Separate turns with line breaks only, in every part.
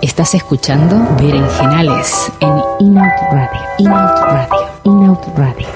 Estás escuchando Berenjenales en Inout Radio. Inout Radio. Inout Radio.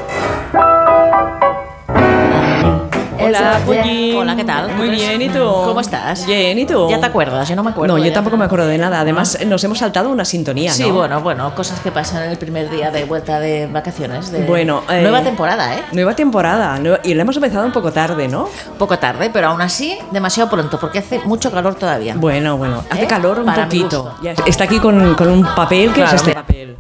Hola, Pollín.
Hola, ¿qué tal?
Muy bien, ¿y tú?
¿Cómo estás?
Bien, ¿y tú?
¿Ya te acuerdas? Yo no me acuerdo.
No,
ya. Ah.
yo tampoco me acuerdo de nada. Además, nos hemos saltado una sintonía, ¿no?
Sí, bueno, bueno, cosas que pasan el primer día de vuelta de vacaciones. De...
Bueno, eh,
Nueva temporada, ¿eh?
Nueva temporada. nueva- Y la hemos empezado un poco tarde, ¿no?
Poco tarde, pero aún así demasiado pronto, porque hace mucho calor todavía.
Bueno, bueno. Hace
¿Eh?
calor un
Para mi
poquito.
gusto.
Ya está. Está aquí con, con un papel. que
Claro,
es este
mira.
papel?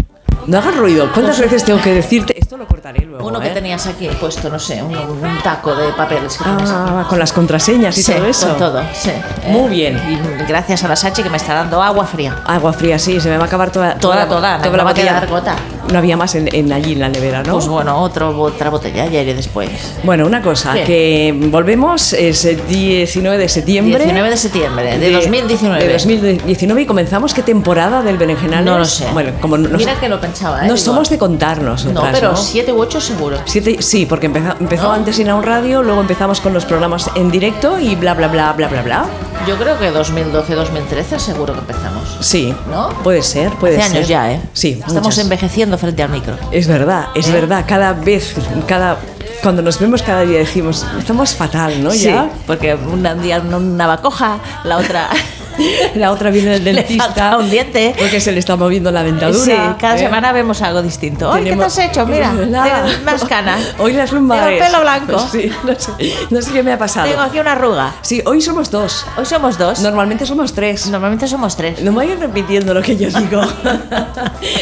No hagas ruido. ¿Cuántas veces tengo que decirte? Esto lo cortaré luego,
Uno que
¿eh?
tenías aquí puesto, no sé, un, un taco de papeles que tienes aquí.
Ah, con las contraseñas y
Sí,
todo eso.
con todo, sí. ¿eh?
Muy bien.
Y gracias a la Sachi que me está dando agua fría.
Agua fría, sí, se me va a acabar toda,
Toda, toda,
toda
no
la
va a
botella.
quedar gota.
No había más en, en allí en la nevera, ¿no?
Pues bueno, otro, otra botella, ya iré después.
Bueno, una cosa,
¿Qué?
que volvemos, es el 19 de septiembre.
19 de septiembre de 2019.
De 2019 y comenzamos qué temporada del Berenjenales.
No lo sé.
Bueno, como nos-
Mira que lo pensaba, ¿eh?
no
Digo,
somos de contarnos.
No, pero siete u ocho seguro.
sí, porque empeza- empezó
No.
antes en un radio, luego empezamos con los programas en directo y bla, bla, bla, bla, bla, bla.
Yo creo que 2012-2013 seguro que empezamos.
Sí,
¿No?
puede ser, puede
Hace
ser.
años ya, ¿eh?
Sí,
Estamos ¿Eh?
muchas.
envejeciendo frente al micro.
Es verdad, es verdad. Cada vez, cada cuando nos vemos cada día decimos, estamos fatal, ¿no? Ya.
porque un día una bacoja, la otra...
La otra viene del
Le
dentista.
falta un diente.
Porque se le está moviendo la dentadura.
Sí, cada
¿eh?
semana vemos algo distinto. Ay, ¿qué te
Tenemos-
has hecho? Mira,
Nada.
tengo más canas.
Hoy las lumbares.
Tengo el pelo blanco.
Sí, no sé, no sé qué me ha pasado.
Tengo aquí una arruga.
Sí, hoy somos dos.
Hoy somos dos.
Normalmente somos tres. No,
Normalmente somos tres.
me vayan repitiendo lo que yo digo.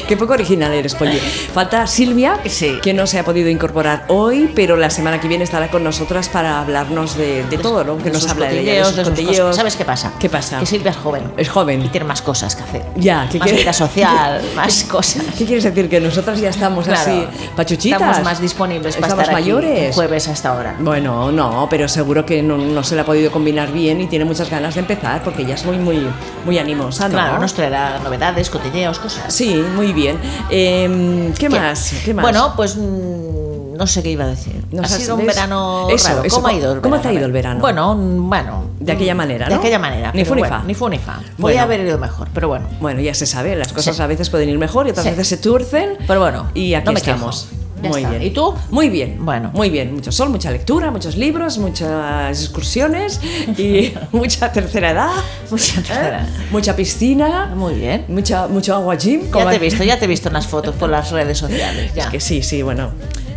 Qué poco original eres, Polly. Falta Silvia,
Sí.
que no se ha podido incorporar hoy, pero la semana que viene estará con nosotras para hablarnos de, de todo lo que
De
nos
sus
habla de ella. de
cotilleos,
sus
de sus
cotilleos.
cosas. ¿Sabes qué pasa?
¿Qué pasa?
Que Silvia es joven.
Es joven.
Y tiene más cosas que hacer.
Ya, ¿qué
más
quiere-
vida social, más cosas.
¿Qué quieres decir? Que nosotras ya estamos
Claro.
así pachuchitas.
Estamos más disponibles para
Estamos
estar aquí
mayores.
un jueves hasta ahora.
Bueno, no, pero seguro que no, no se la ha podido combinar bien y tiene muchas ganas de empezar porque ya es muy, muy, muy animosa, ¿no?
Claro, nos traerá novedades, cotilleos, cosas.
Sí, muy bien. Eh,
¿Qué?
¿qué, más? ¿Qué más?
Bueno, pues mm, no sé qué iba a decir.
No
ha
sé,
sido un
¿ves?
verano
Eso,
raro.
eso,
¿Cómo, ha ido el
¿cómo
verano?
te ha ido el verano?
Bueno, mm, bueno.
De aquella manera,
De
¿no?
aquella manera.
Ni
pero
fu ni
bueno,
fa.
Ni fu ni fa.
Bueno.
Podría haber ido mejor, pero bueno.
Bueno, ya se sabe, las cosas
Sí.
a veces pueden ir mejor y otras
Sí.
veces se tuercen.
Pero bueno,
y aquí
no me
estamos.
quejo. Ya
Muy
está.
bien.
¿Y tú?
Muy bien.
Bueno.
Muy bien. Mucho sol, mucha lectura, muchos libros, muchas excursiones y mucha tercera edad.
Mucha tercera.
Mucha piscina.
Muy bien.
Mucha, mucho agua gym.
Ya
como-
te he visto, ya te he visto en las fotos por las redes sociales. Ya.
Es que sí, sí, bueno.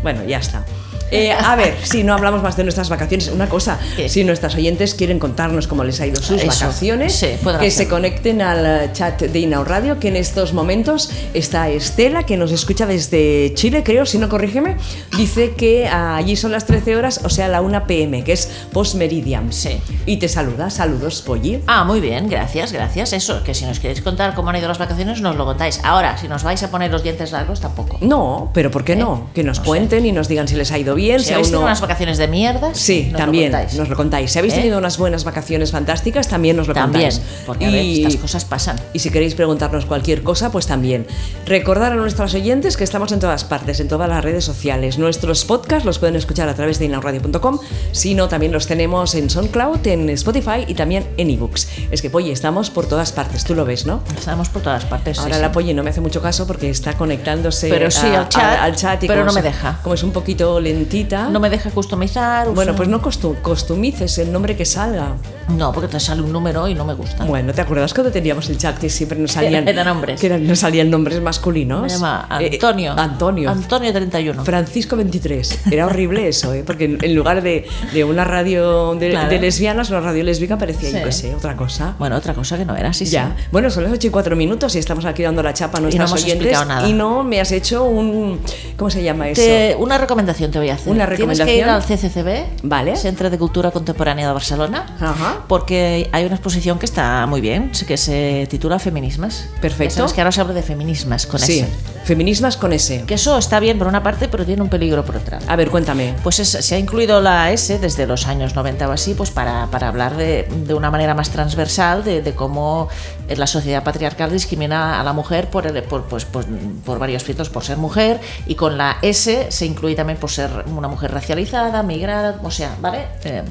Bueno, ya está. Eh, a ver, si no hablamos más de nuestras vacaciones, una cosa,
¿Qué?
si nuestras oyentes quieren contarnos cómo les ha ido sus
Eso,
vacaciones,
sí, pueden
que se
hacerlo.
conecten al eh, chat de Inau Radio, que en estos momentos está Estela, que nos escucha desde Chile, creo, si no corrígeme, dice que allí son las 13 horas, o sea, la 1 pm, que es post meridian.
Sí.
Y te saluda, saludos, Polly.
Ah, muy bien, gracias, gracias. Eso, que si nos queréis contar cómo han ido las vacaciones, nos lo contáis. Ahora, si nos vais a poner los dientes largos, tampoco.
No, pero ¿por qué no? Que nos
¿Eh? No sé.
cuenten y nos digan si les ha ido bien, si,
Si
aún
habéis
no-
tenido unas vacaciones de mierda,
Sí,
nos lo
también
contáis.
nos lo contáis. Si habéis
¿Eh?
tenido unas buenas vacaciones fantásticas, también nos lo
También,
contáis.
porque a ver, estas cosas pasan.
Y si queréis preguntarnos cualquier cosa, pues también. Recordar a nuestros oyentes que estamos en todas partes, en todas las redes sociales. Nuestros podcasts los pueden escuchar a través de inauradio.com, si no, también los tenemos en SoundCloud, en Spotify y también en ebooks. Es que, Polly, estamos por todas partes, tú lo ves, ¿no?
Estamos por todas partes. sí,
Ahora
sí.
la Polly no me hace mucho caso porque está conectándose
Pero sí,
a-
al chat,
a- al chat y
pero
como
no me
es-
deja.
Como es un poquito lentita.
No me deja customizar. uso-
Bueno, pues no costu- costumices el nombre que salga.
No, porque te sale un número y no me gusta.
Bueno, ¿te acuerdas cuando teníamos el chat que siempre nos salían,
Ah. Eran hombres.
Que eran- nos salían nombres
Me
masculinos?
llama
Eh,
Antonio.
Antonio.
Antonio 31.
Francisco 23. Era horrible eso, ¿eh? porque en en lugar de, de una radio de,
Claro.
de lesbianas, una radio lésbica parecía, yo
Sí.
qué sé, otra cosa.
Bueno, otra cosa que no era, sí,
Ya.
sí.
Bueno, son las 8 y 4 minutos y estamos aquí dando la chapa a nuestras
hemos
oyentes.
explicado nada.
Y no me has hecho un. ¿Cómo se llama eso?
Te- una recomendación te voy a hacer.
Una
Tienes que ir
recomendación.
al CCCB,
Vale.
Centro de Cultura Contemporánea de Barcelona,
Ajá.
porque hay una exposición que está muy bien, que se titula Feminismas.
Perfecto.
Ya sabes que ahora se habla de feminismas con
sí,
ese.
feminismas con S.
Que eso está bien por una parte, pero tiene un peligro por otra.
A ver, cuéntame.
Pues es- se ha incluido la S desde los años 90 o así, pues para, para hablar de, de una manera más transversal de, de cómo eh, la sociedad patriarcal discrimina a la mujer por, el- por, pues, por- por varios filtros, por ser mujer, y con la S se incluye también por ser una mujer racializada, migrada, o sea, ¿vale? Eh,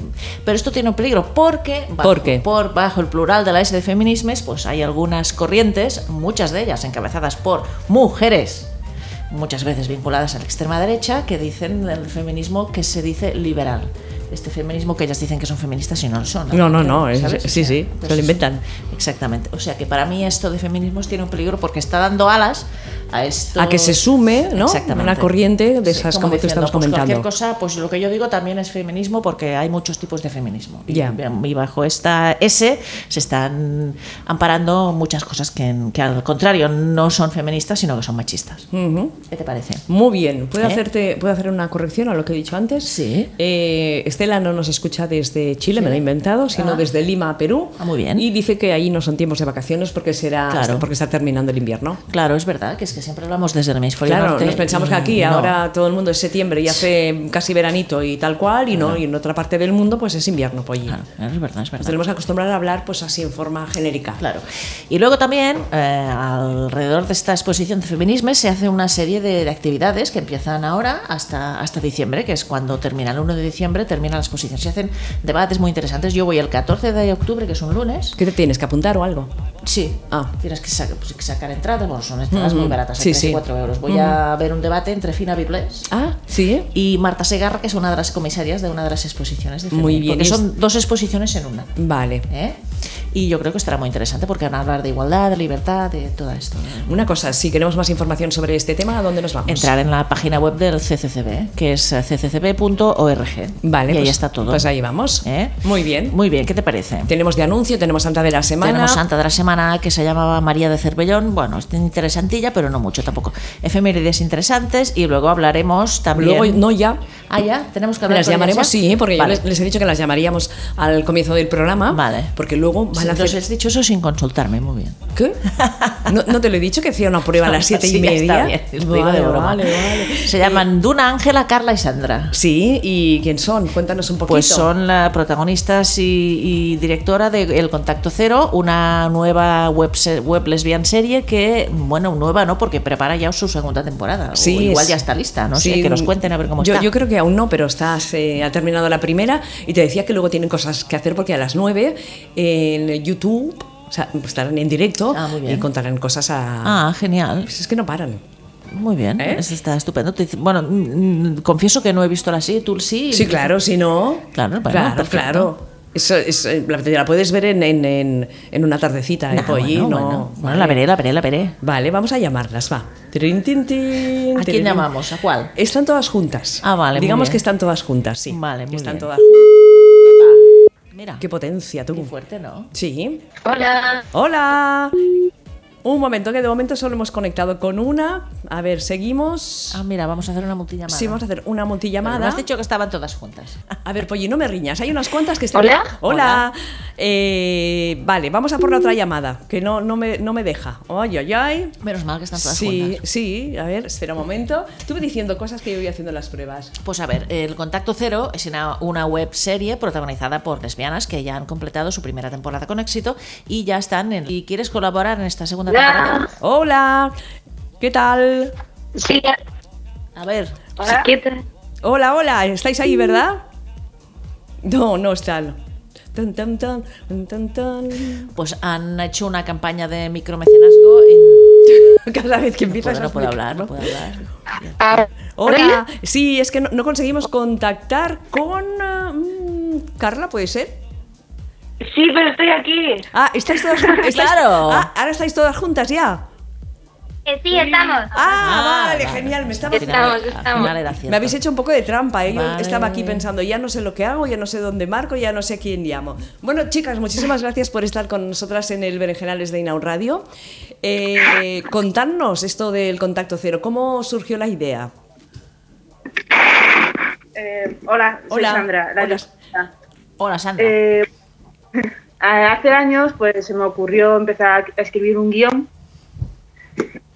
pero esto tiene un peligro porque bajo,
¿Por qué?
por- bajo el plural de la S de feminismes, pues hay algunas corrientes, muchas de ellas encabezadas por mujeres muchas veces vinculadas a la extrema derecha, que dicen del feminismo que se dice liberal. Este feminismo que ellas dicen que son feministas y no lo son.
No, no, no, es-
¿Sabes? O
sí,
sea, pues
sí, se lo inventan.
Exactamente. O sea que para mí esto de feminismos tiene un peligro porque está dando alas a esto.
A que se sume, ¿no? Una corriente de esas como tú
diciendo,
estabas
pues
comentando.
Cualquier cosa, pues lo que yo digo también es feminismo porque hay muchos tipos de feminismo. Y-
Ya.
Y, bajo esta S se están amparando muchas cosas que, que al contrario no son feministas, sino que son machistas.
Ujú.
¿Qué te parece?
Muy bien, ¿puedo,
¿Eh?
hacerte, ¿puedo hacer una corrección a lo que he dicho antes?
Sí.
Eh, Estela no nos escucha desde Chile, me lo he inventado, sino
Ah.
desde Lima, Perú.
Ah, muy bien.
Y dice que ahí no son tiempos de vacaciones porque, será,
Claro.
porque está terminando el invierno.
Claro, es verdad, que es que siempre hablamos desde el hemisferio
Claro,
norte.
nos pensamos que aquí
No.
ahora todo el mundo es septiembre y hace casi veranito y tal cual, y no, y en otra parte del mundo pues es invierno, pollo.
Claro, es verdad, es
Nos
verdad.
tenemos que acostumbrar a hablar pues así en forma genérica.
Claro. Y luego también, eh, alrededor de esta exposición de feminismo, se hace una serie de, de actividades que empiezan ahora hasta, hasta diciembre, que es cuando termina el 1 de diciembre, termina la exposición. Se hacen debates muy interesantes. Yo voy el 14 de octubre, que es un lunes.
¿Qué te tienes que apuntar o algo?
Sí.
Ah.
Tienes que, saca- pues, que sacar entradas. Bueno, son entradas muy
Ujú.
baratas,
Mm-hmm. Sí,
sí,
sí. Mm-hmm.
4 euros. Voy a ver un debate entre Fina Bibles.
Ah, sí.
y Marta Segarra, que es una de las comisarias de una de las exposiciones de
Muy
Femen,
bien,
Porque
y es-
son dos exposiciones en una.
Vale.
¿eh? Y yo creo que estará muy interesante porque van a hablar de igualdad, de libertad, de todo esto. ¿no?
Una cosa, si queremos más información sobre este tema, ¿a dónde nos vamos?
Entrar en la página web del CCCB, que es eh, cccb.org.
Vale,
Y ahí
pues-
está todo.
Pues ahí vamos.
¿Eh?
Muy bien.
Muy bien, ¿qué te parece?
Tenemos de anuncio, tenemos Santa de la Semana.
Tenemos Santa de la Semana que se llamaba María de Cervellón. Bueno, es interesantilla, pero no mucho tampoco. Efemérides interesantes y luego hablaremos también.
Luego, no ya.
Ah, ya, tenemos que hablar.
Las
con ellas
llamaremos,
ya?
sí, porque yo
Vale.
les, les he dicho que las llamaríamos al comienzo del programa.
Vale.
Porque luego van a hacer.
Entonces has dicho eso sin consultarme, muy bien.
¿Qué? ¿No, no te lo he dicho que hacía una prueba a las siete
Sí,
y
ya está
media?
bien, lo digo de broma.
vale, vale.
Se llaman Duna, Ángela, Carla y Sandra.
Sí, ¿y quién son? Cuéntanos un poquito.
Pues son las protagonistas y, y directora de El Contacto Cero, una nueva web, se- web lesbian serie que, bueno, nueva no, porque prepara ya su segunda temporada. O
Sí,
igual
es-
ya está lista, no
sí, mm,
sé, que nos cuenten a ver cómo
yo,
está.
Yo creo que aún no, pero estás, eh, ha terminado la primera y te decía que luego tienen cosas que hacer porque a las 9 en YouTube o sea, estarán en directo
Ah, muy bien.
y contarán cosas a...
Ah, genial.
Pues es que no paran.
Muy bien,
¿Eh?
eso está estupendo. Te dice- Bueno, mm, mm, confieso que no he visto la serie, tú sí.
Sí, claro, si no...
Claro, bueno,
claro.
perfecto.
claro. Eso es, eh, la, te la puedes ver en, en- en- en una tardecita, ¿eh,
Nah,
Polly?
bueno,
no,
bueno, bueno, la
vale.
veré, la veré, la veré.
Vale, vamos a llamarlas, va. Tirin, tin, tin,
¿A quién
tirin.
llamamos? ¿A cuál?
Están todas juntas.
Ah, vale, muy
Digamos
bien.
que están todas juntas, sí.
Vale, muy
están
bien.
todas.
Mira,
Eh, Qué potencia, tú.
qué fuerte, ¿no?
Sí.
Hola,
Hola. Un momento, que de momento solo hemos conectado con una. A ver, seguimos.
Ah, mira, vamos a hacer una multillamada.
Sí, vamos a hacer una
Pero no
multillamada.
has dicho que estaban todas juntas.
A ver, Polly, no me riñas. Hay unas cuantas que están.
¿Hola?
Hola. Eh, vale, vamos a por la otra llamada, que no, no, me, no me deja. Ay, ay, ay.
Menos mal que están todas
Sí,
juntas.
sí, a ver, espera un momento. Estuve diciendo cosas que yo voy haciendo en las pruebas.
Pues a ver, El Contacto Cero es una, una web serie protagonizada por lesbianas que ya han completado su primera temporada con éxito y ya están en... ¿Y quieres colaborar en esta segunda temporada?
hola,
Hola, ¿qué tal?
sí,
A ver,
hola. ¿Qué tal?
Hola, hola, ¿estáis ahí, verdad? No, no están. Tan, tan, tan, tan, tan, tan.
pues han hecho una campaña de micromecenazgo en...
Cada vez que
No
empiezas
puedo, no puedo
a
hablar, no
explicar,
puedo hablar.
Ah,
Hola, sí, es que no, no conseguimos contactar con... eh, mm, Carla, ¿puede ser?
Sí, pero estoy aquí.
Ah, estáis todas juntas.
Claro.
ahora estáis todas juntas ya.
Que sí, estamos.
Ah,
Ah,
vale,
vale.
genial, me estaba...
Al final-
Estamos,
al
estamos.
final era cierto.
Me habéis hecho un poco de trampa, ¿eh? yo
Vale.
estaba aquí pensando, ya no sé lo que hago, ya no sé dónde marco, ya no sé quién llamo. Bueno, chicas, muchísimas gracias por estar con nosotras en el Berenjenales de Inaun Radio. Eh, contadnos esto del contacto cero, ¿cómo surgió la idea?
Eh, hola, soy
Hola.
Sandra. la
Hola.
guionista.
Hola, Sandra.
Eh, hace años pues se me ocurrió empezar a escribir un guión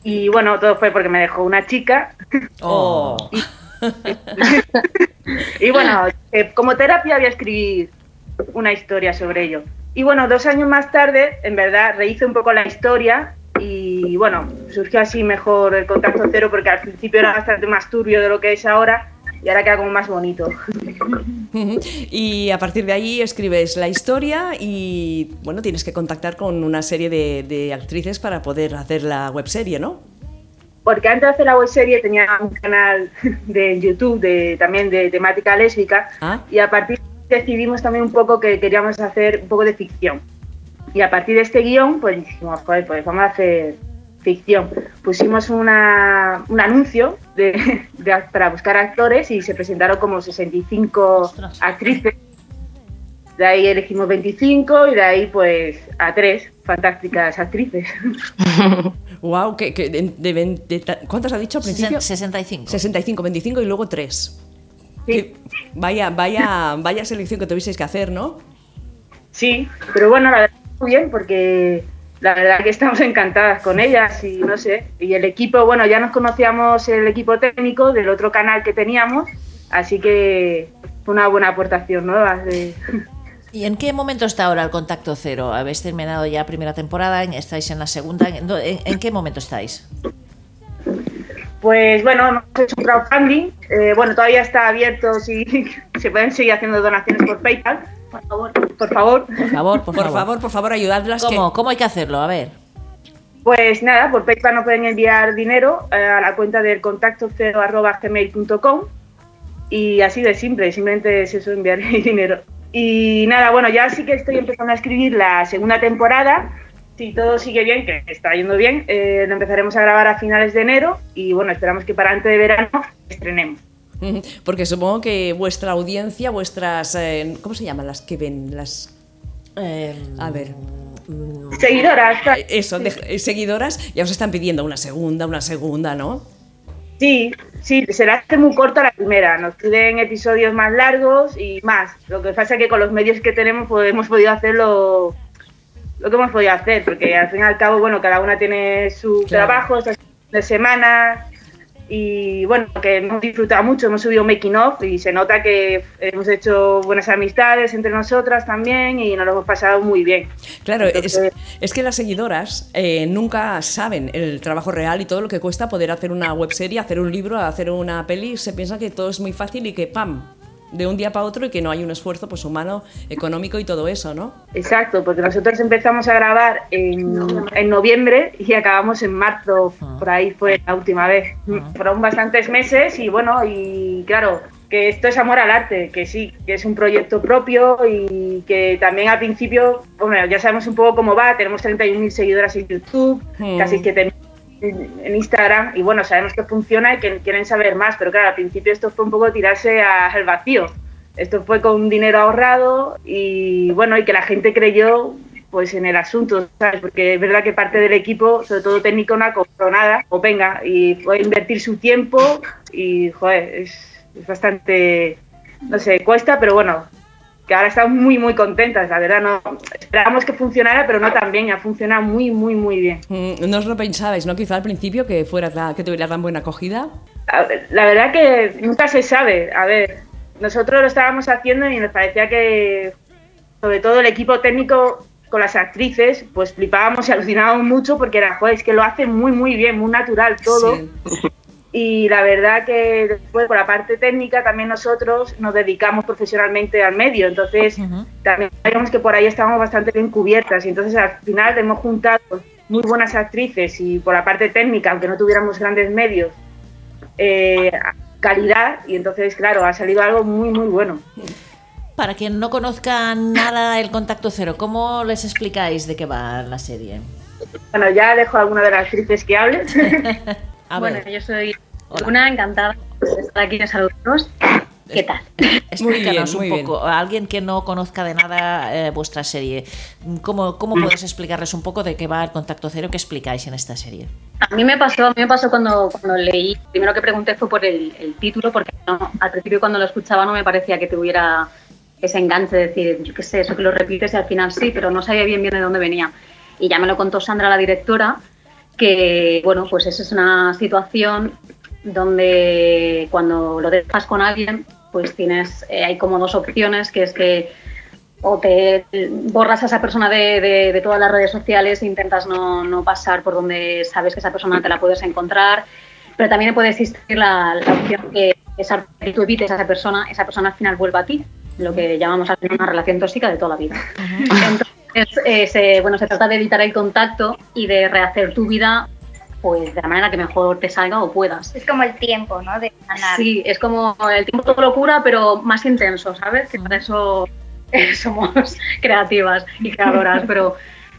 y bueno, todo fue porque me dejó una chica
Oh.
y bueno, eh, como terapia voy a escribir una historia sobre ello. Y bueno, dos años más tarde, en verdad, rehice un poco la historia y bueno, surgió así mejor el contacto cero porque al principio era bastante más turbio de lo que es ahora y ahora queda como más bonito.
Y a partir de ahí escribes la historia y bueno, tienes que contactar con una serie de, de actrices para poder hacer la webserie, ¿no?
Porque antes de hacer la webserie tenía un canal de YouTube de, también de temática lésbica
Ah.
y a partir de ahí decidimos también un poco que queríamos hacer un poco de ficción. Y a partir de este guión, pues dijimos, joder, pues vamos a hacer ficción. Pusimos una, un anuncio de- de- para buscar actores y se presentaron como 65
Ostras.
actrices. De ahí elegimos 25 y de ahí pues a tres fantásticas actrices.
¡Wow! Que, que de- de vein- de ta- ¿Cuántas ha dicho al principio?
65.
65, 25 y luego 3.
Sí.
Vaya, vaya, vaya selección que tuvieseis que hacer, ¿no?
Sí, pero bueno, la verdad muy bien porque la verdad que estamos encantadas con ellas y no sé, y el equipo, bueno, ya nos conocíamos el equipo técnico del otro canal que teníamos, así que fue una buena aportación nueva. de-
¿Y en qué momento está ahora el contacto cero? ¿Habéis terminado ya primera temporada? ¿En- ¿Estáis en la segunda? ¿En, do- en- en qué momento estáis?
Pues bueno, hemos hecho un crowdfunding, eh, bueno, todavía está abierto, si se pueden seguir haciendo donaciones por PayPal, por favor, por favor.
Por favor, por,
Por favor, por favor, ayudadlas. que-
¿Cómo, ¿Cómo hay que hacerlo? A ver.
Pues nada, por PayPal nos pueden enviar dinero eh, a la cuenta del contacto cero arroba gmail.com y así de simple, simplemente es eso, enviar dinero. Y nada, bueno, ya sí que estoy empezando a escribir la segunda temporada. Si todo sigue bien, que está yendo bien, eh, lo empezaremos a grabar a finales de enero y bueno, esperamos que para antes de verano estrenemos.
Porque supongo que vuestra audiencia, vuestras. eh, ¿Cómo se llaman las que ven? Las.
Eh,
A ver.
Seguidoras, claro.
eh, Eso, de- eh, seguidoras, ya os están pidiendo una segunda, una segunda, ¿no?
Sí, sí, se la hace muy corta la primera. Nos piden episodios más largos y más. Lo que pasa es que con los medios que tenemos pues, hemos podido hacer lo, lo que hemos podido hacer, porque al fin y al cabo, bueno, cada una tiene su
Claro.
trabajo, estas de semana. Y bueno, que hemos disfrutado mucho, hemos subido making off y se nota que hemos hecho buenas amistades entre nosotras también y nos lo hemos pasado muy bien.
Claro, es,
Entonces-
es que las seguidoras eh, nunca saben el trabajo real y todo lo que cuesta poder hacer una webserie, hacer un libro, hacer una peli. Se piensa que todo es muy fácil y que ¡pam! De un día para otro y que no hay un esfuerzo pues, humano, económico y todo eso, ¿no?
Exacto, porque nosotros empezamos a grabar en, en noviembre y acabamos en marzo, por ahí fue la última vez. Fueron bastantes meses y bueno, y claro, que esto es amor al arte, que sí, que es un proyecto propio y que también al principio, bueno, ya sabemos un poco cómo va, tenemos 31.000 seguidoras en YouTube,
Mm.
casi 7.000 en en Instagram y bueno, sabemos que funciona y que quieren saber más, pero claro, al principio esto fue un poco tirarse a- al vacío. Esto fue con dinero ahorrado y bueno, y que la gente creyó pues en el asunto, ¿sabes? Porque es verdad que parte del equipo, sobre todo técnico, no ha comprado nada, o venga, y fue invertir su tiempo y joder, es, es bastante, no sé, cuesta, pero bueno, que ahora estamos muy, muy contentas, la verdad, no esperábamos que funcionara, pero no tan bien, ha funcionado muy, muy, muy bien.
Mm, No os lo pensabais, ¿no? Quizá al principio que, fuera ta- que tuviera tan buena acogida.
A ver, La verdad que nunca se sabe. A ver, nosotros lo estábamos haciendo y nos parecía que, sobre todo el equipo técnico con las actrices, pues flipábamos y alucinábamos mucho porque era, joder, es que lo hacen muy, muy bien, muy natural todo.
Sí.
Y la verdad que después, por la parte técnica, también nosotros nos dedicamos profesionalmente al medio. Entonces,
Ujú.
también sabíamos que por ahí estábamos bastante bien cubiertas. Y entonces, al final, hemos juntado muy buenas actrices y por la parte técnica, aunque no tuviéramos grandes medios, eh, calidad. Y entonces, claro, ha salido algo muy, muy bueno.
Para quien no conozca nada el contacto cero, ¿cómo les explicáis de qué va la serie?
Bueno, ya dejo a alguna de las actrices que hable.
A
bueno,
ver,
yo soy
Hola.
una encantada de estar aquí y de saludaros. ¿Qué tal?
Muy bien,
explícanos
muy
un poco, a alguien que no conozca de nada eh, vuestra serie, ¿cómo, ¿cómo
Mm.
puedes explicarles un poco de qué va el contacto cero que explicáis en esta serie?
A mí me pasó, a mí me pasó cuando, cuando leí, primero que pregunté fue por el, el título, porque no, al principio cuando lo escuchaba no me parecía que tuviera ese enganche de decir, yo qué sé, eso que lo repites y al final sí, pero no sabía bien bien de dónde venía. Y ya me lo contó Sandra, la directora, que bueno, pues eso es una situación donde cuando lo dejas con alguien, pues tienes, eh, hay como dos opciones, que es que o te borras a esa persona de, de- de todas las redes sociales, e intentas no, no pasar por donde sabes que esa persona te la puedes encontrar, pero también puede existir la, la opción que, esa, que tú evites a esa persona, esa persona al final vuelva a ti, lo que llamamos al final una relación tóxica de toda la vida. Entonces, eh, se- bueno, se trata de evitar el contacto y de rehacer tu vida pues de la manera que mejor te salga o puedas.
Es como el tiempo, ¿no? De sanar.
Sí, es como el tiempo todo lo cura, pero más intenso, ¿sabes? Que para eso somos creativas y creadoras, pero...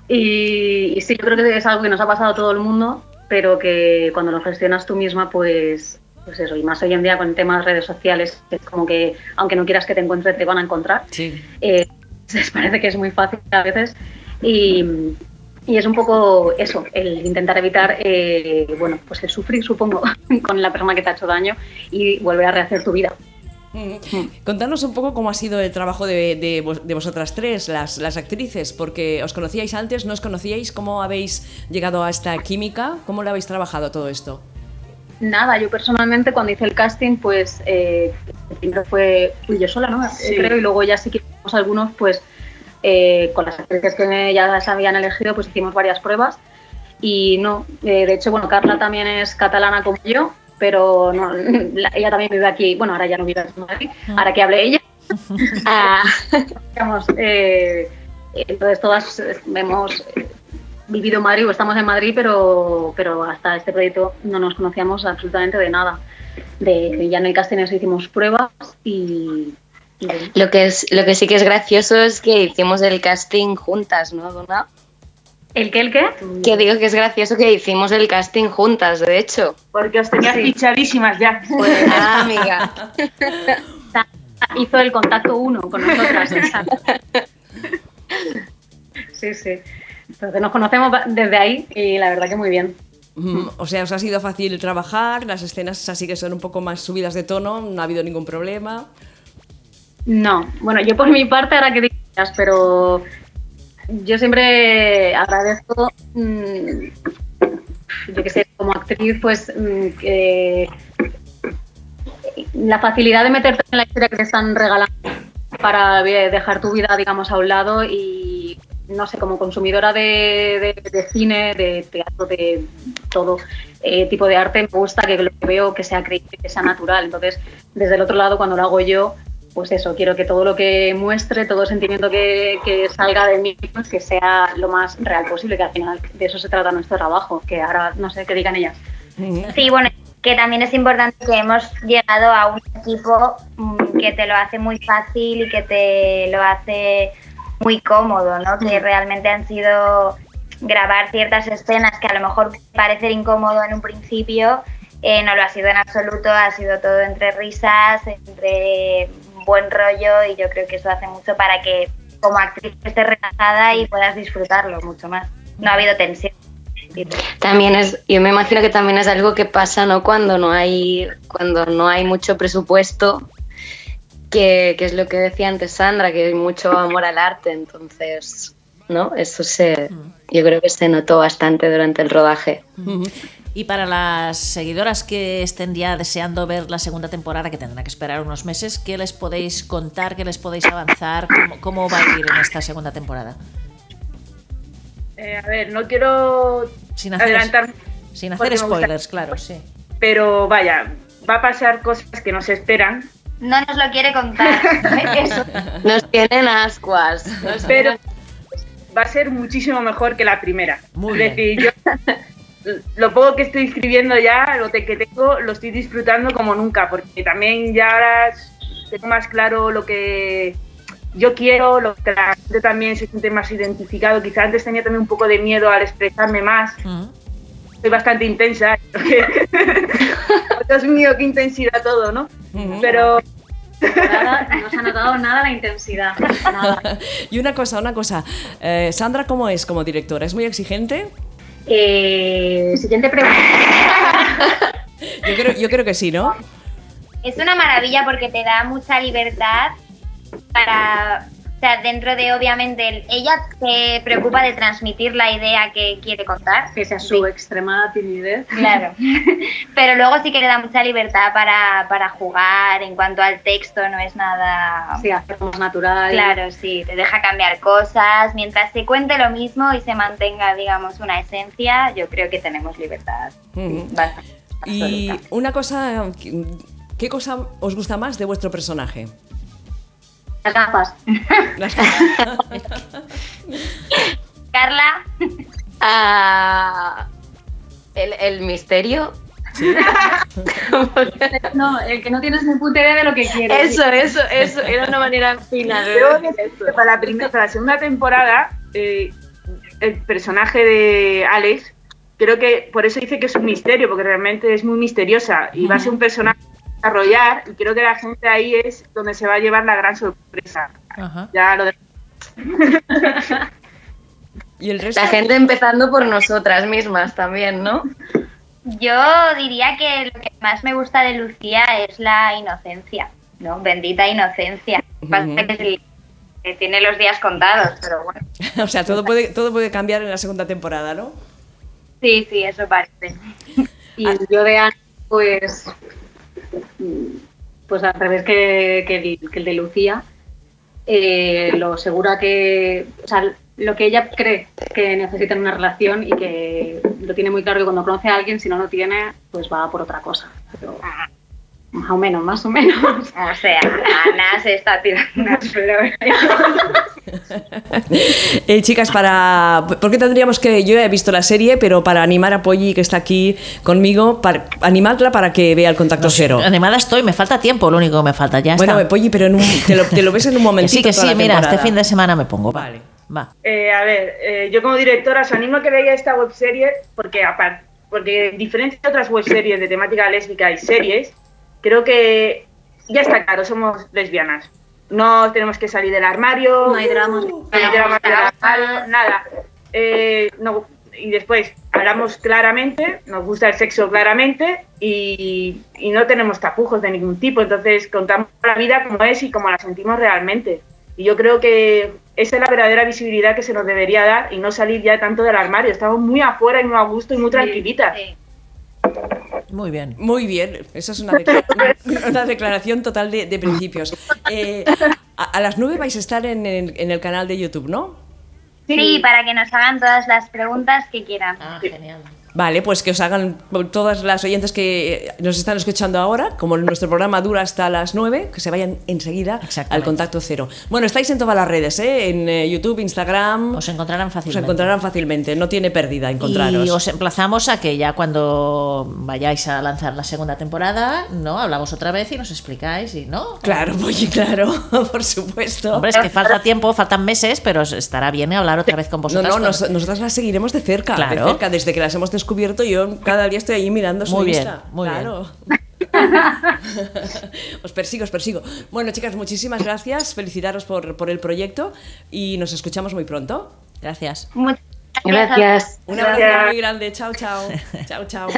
Y, y sí, yo creo que es algo que nos ha pasado a todo el mundo, pero que cuando lo gestionas tú misma, pues, pues eso, y más hoy en día con temas redes sociales, que es como que aunque no quieras que te encuentre, te van a encontrar
Sí.
eh, les parece que es muy fácil a veces y, y es un poco eso, el intentar evitar, eh, bueno, pues el sufrir, supongo, con la persona que te ha hecho daño y volver a rehacer tu vida.
Contanos Mm. un poco cómo ha sido el trabajo de, de vos- de vosotras tres, las, las actrices, porque os conocíais antes, no os conocíais, ¿cómo habéis llegado a esta química? ¿Cómo lo habéis trabajado todo esto?
Nada, yo personalmente cuando hice el casting, pues eh, primero fue fui yo sola, ¿no? Eh,
Sí.
Creo, y luego ya sí que hicimos algunos, pues eh, con las actrices que me- ya las habían elegido, pues hicimos varias pruebas. Y no, eh, de hecho, bueno, Carla también es catalana como yo, pero no, la- ella también vive aquí, bueno, ahora ya no vive en Madrid, ahora que hable ella. Ah, digamos, eh, entonces todas hemos vivido en Madrid o estamos en Madrid, pero, pero hasta este proyecto no nos conocíamos absolutamente de nada. De, ya en el casting eso hicimos pruebas y... y bueno.
Lo que, es, lo que sí que es gracioso es que hicimos el casting juntas, ¿no, Duna?
¿El qué, el qué?
Que digo que es gracioso que hicimos el casting juntas, de hecho.
Porque os tenías fichadísimas ya.
Ah, amiga.
Hizo el contacto uno con nosotras. exacto. sí, sí. Entonces nos conocemos va- desde ahí y la verdad que muy bien.
Mm, O sea, os ha sido fácil trabajar, las escenas así que son un poco más subidas de tono, no ha habido ningún problema.
No, bueno, yo por mi parte, ahora que digas, pero yo siempre agradezco, mm, yo que sé, como actriz, pues mm, que la facilidad de meterte en la historia que te están regalando para eh, dejar tu vida, digamos, a un lado y, no sé, como consumidora de, de- de cine, de teatro, de todo eh, tipo de arte, me gusta que lo que veo que sea creíble, que sea natural. Entonces, desde el otro lado, cuando lo hago yo, pues eso, quiero que todo lo que muestre, todo sentimiento que, que salga de mí, pues que sea lo más real posible, que al final de eso se trata nuestro trabajo, que ahora, no sé, qué digan ellas.
Sí, bueno, que también es importante que hemos llegado a un equipo mm, que te lo hace muy fácil y que te lo hace muy cómodo, ¿no? Que realmente han sido grabar ciertas escenas que a lo mejor parecen incómodo en un principio, eh, no lo ha sido en absoluto, ha sido todo entre risas, entre buen rollo y yo creo que eso hace mucho para que como actriz estés relajada y puedas disfrutarlo mucho más. No ha habido tensión.
También es, yo me imagino que también es algo que pasa, ¿no? Cuando no hay, cuando no hay mucho presupuesto, que, que es lo que decía antes Sandra, que hay mucho amor al arte, entonces, ¿no? Eso se,
Mm.
yo creo que se notó bastante durante el rodaje.
Y para las seguidoras que estén ya deseando ver la segunda temporada, que tendrán que esperar unos meses, ¿qué les podéis contar? ¿Qué les podéis avanzar? ¿Cómo, cómo va a ir en esta segunda temporada?
Eh, a ver, no quiero
Sin hacer,
adelantar,
sin
porque
hacer
me gusta-
spoilers, claro, sí.
pero vaya, va a pasar cosas que no se esperan.
No nos lo quiere contar. Eso.
Nos tienen ascuas. nos
pero va a ser muchísimo mejor que la primera.
Muy
es
bien.
decir, yo lo poco que estoy escribiendo ya, lo te- que tengo, lo estoy disfrutando como nunca, porque también ya ahora tengo más claro lo que yo quiero, lo que la gente también se siente más identificado. Quizá antes tenía también un poco de miedo al expresarme más.
Mm.
Soy bastante intensa. Dios mío, qué intensidad todo, ¿no? Pero
Nada, no se ha notado nada la intensidad. Nada.
Y una cosa, una cosa. Eh, Sandra, ¿cómo es como directora? ¿Es muy exigente?
Eh, siguiente pregunta.
Yo creo, yo creo que sí, ¿no?
Es una maravilla porque te da mucha libertad para, o sea, dentro de obviamente, el- ella se preocupa de transmitir la idea que quiere contar.
Pese a su extremada timidez.
Claro. Pero luego sí que le da mucha libertad para, para jugar en cuanto al texto, no es nada...
Sí, hacerlo más natural.
Claro, sí, te deja cambiar cosas. Mientras se cuente lo mismo y se mantenga, digamos, una esencia, yo creo que tenemos libertad.
Ujú.
Bastante
Y
absoluta.
una cosa que- ¿Qué cosa os gusta más de vuestro personaje?
Las gafas.
Las-
Carla,
Ah, el, el misterio.
No, el que no tienes ni puta idea de lo que quieres.
eso, eso, eso. Era una manera fina de
Debo decir que para la, prim- para la segunda temporada, eh, el personaje de Alex, creo que por eso dice que es un misterio, porque realmente es muy misteriosa y va a ser un personaje a desarrollar y creo que la gente ahí es donde se va a llevar la gran sorpresa.
Ajá.
Ya lo de-
¿Y el resto?
La gente empezando por nosotras mismas también, ¿no?
yo diría que lo que más me gusta de Lucía es la inocencia, ¿no? Bendita inocencia. Pasa
Ujú.
que se- que tiene los días contados, pero bueno.
O sea, todo puede, todo puede cambiar en la segunda temporada, ¿no?
Sí, sí, eso parece.
Y yo de Ana, pues. mm, Pues al revés que, que el, que el de Lucía, eh, lo segura que. O sea, lo que ella cree que necesita en una relación y que lo tiene muy claro que cuando conoce a alguien, si no lo tiene, pues va por otra cosa. Pero, más o menos, más o menos.
O sea, Ana se está tirando.
Eh, chicas, para. ¿Por qué tendríamos que.? Yo ya he visto la serie, pero para animar a Polly, que está aquí conmigo, para animarla para que vea el contacto cero.
Animada estoy, me falta tiempo, lo único que me falta. Ya
bueno, eh,
está.
Polly, pero en un- te, lo, te lo ves en un
Que
momentito.
sí, que
toda
sí,
la
mira, este
temporada.
fin de semana me pongo. va.
Vale.
Va.
Eh, a ver, eh, yo como directora os animo a que veáis esta webserie porque aparte, porque en diferencia de otras webseries de temática lésbica y series, creo que ya está claro, somos lesbianas. No tenemos que salir del armario.
No hay dramas.
no hay dramas de la- nada, nada. Eh, no- y después hablamos claramente, nos gusta el sexo claramente y, y no tenemos tapujos de ningún tipo. Entonces contamos la vida como es y como la sentimos realmente. Y yo creo que esa es la verdadera visibilidad que se nos debería dar y no salir ya tanto del armario. Estamos muy afuera y muy a gusto y muy tranquilitas.
Sí.
Muy bien.
Muy bien, eso es una, declara- una declaración total de, de principios. Eh, a, a las 9 vais a estar en el, en el canal de YouTube, ¿no?
Sí, para que nos hagan todas las preguntas que quieran.
Ah, genial.
Vale, pues que os hagan todas las oyentes que nos están escuchando ahora, como nuestro programa dura hasta las 9, que se vayan enseguida
Exactamente.
al contacto cero. Bueno, estáis en todas las redes, ¿eh? en eh, YouTube, Instagram.
Os encontrarán
Os
fácilmente.
encontrarán fácilmente, no tiene pérdida encontraros.
Y os emplazamos a que ya cuando vayáis a lanzar la segunda temporada, ¿no? Hablamos otra vez y nos explicáis y no.
Claro, pues claro, por supuesto.
Hombre, es que falta tiempo, faltan meses, pero os estará bien hablar otra vez con
no,
vosotros.
no, nos- nosotras las seguiremos de cerca,
Claro.
de cerca. Desde que las hemos descubierto, yo cada día estoy ahí mirando su
Muy bien,
Insta.
muy bien.
claro. os persigo, os persigo. Bueno, chicas, muchísimas gracias. Felicitaros por, por el proyecto y nos escuchamos muy pronto.
Gracias.
Muchas
Gracias.
Un abrazo muy grande. Chao, chao. Chao, chao.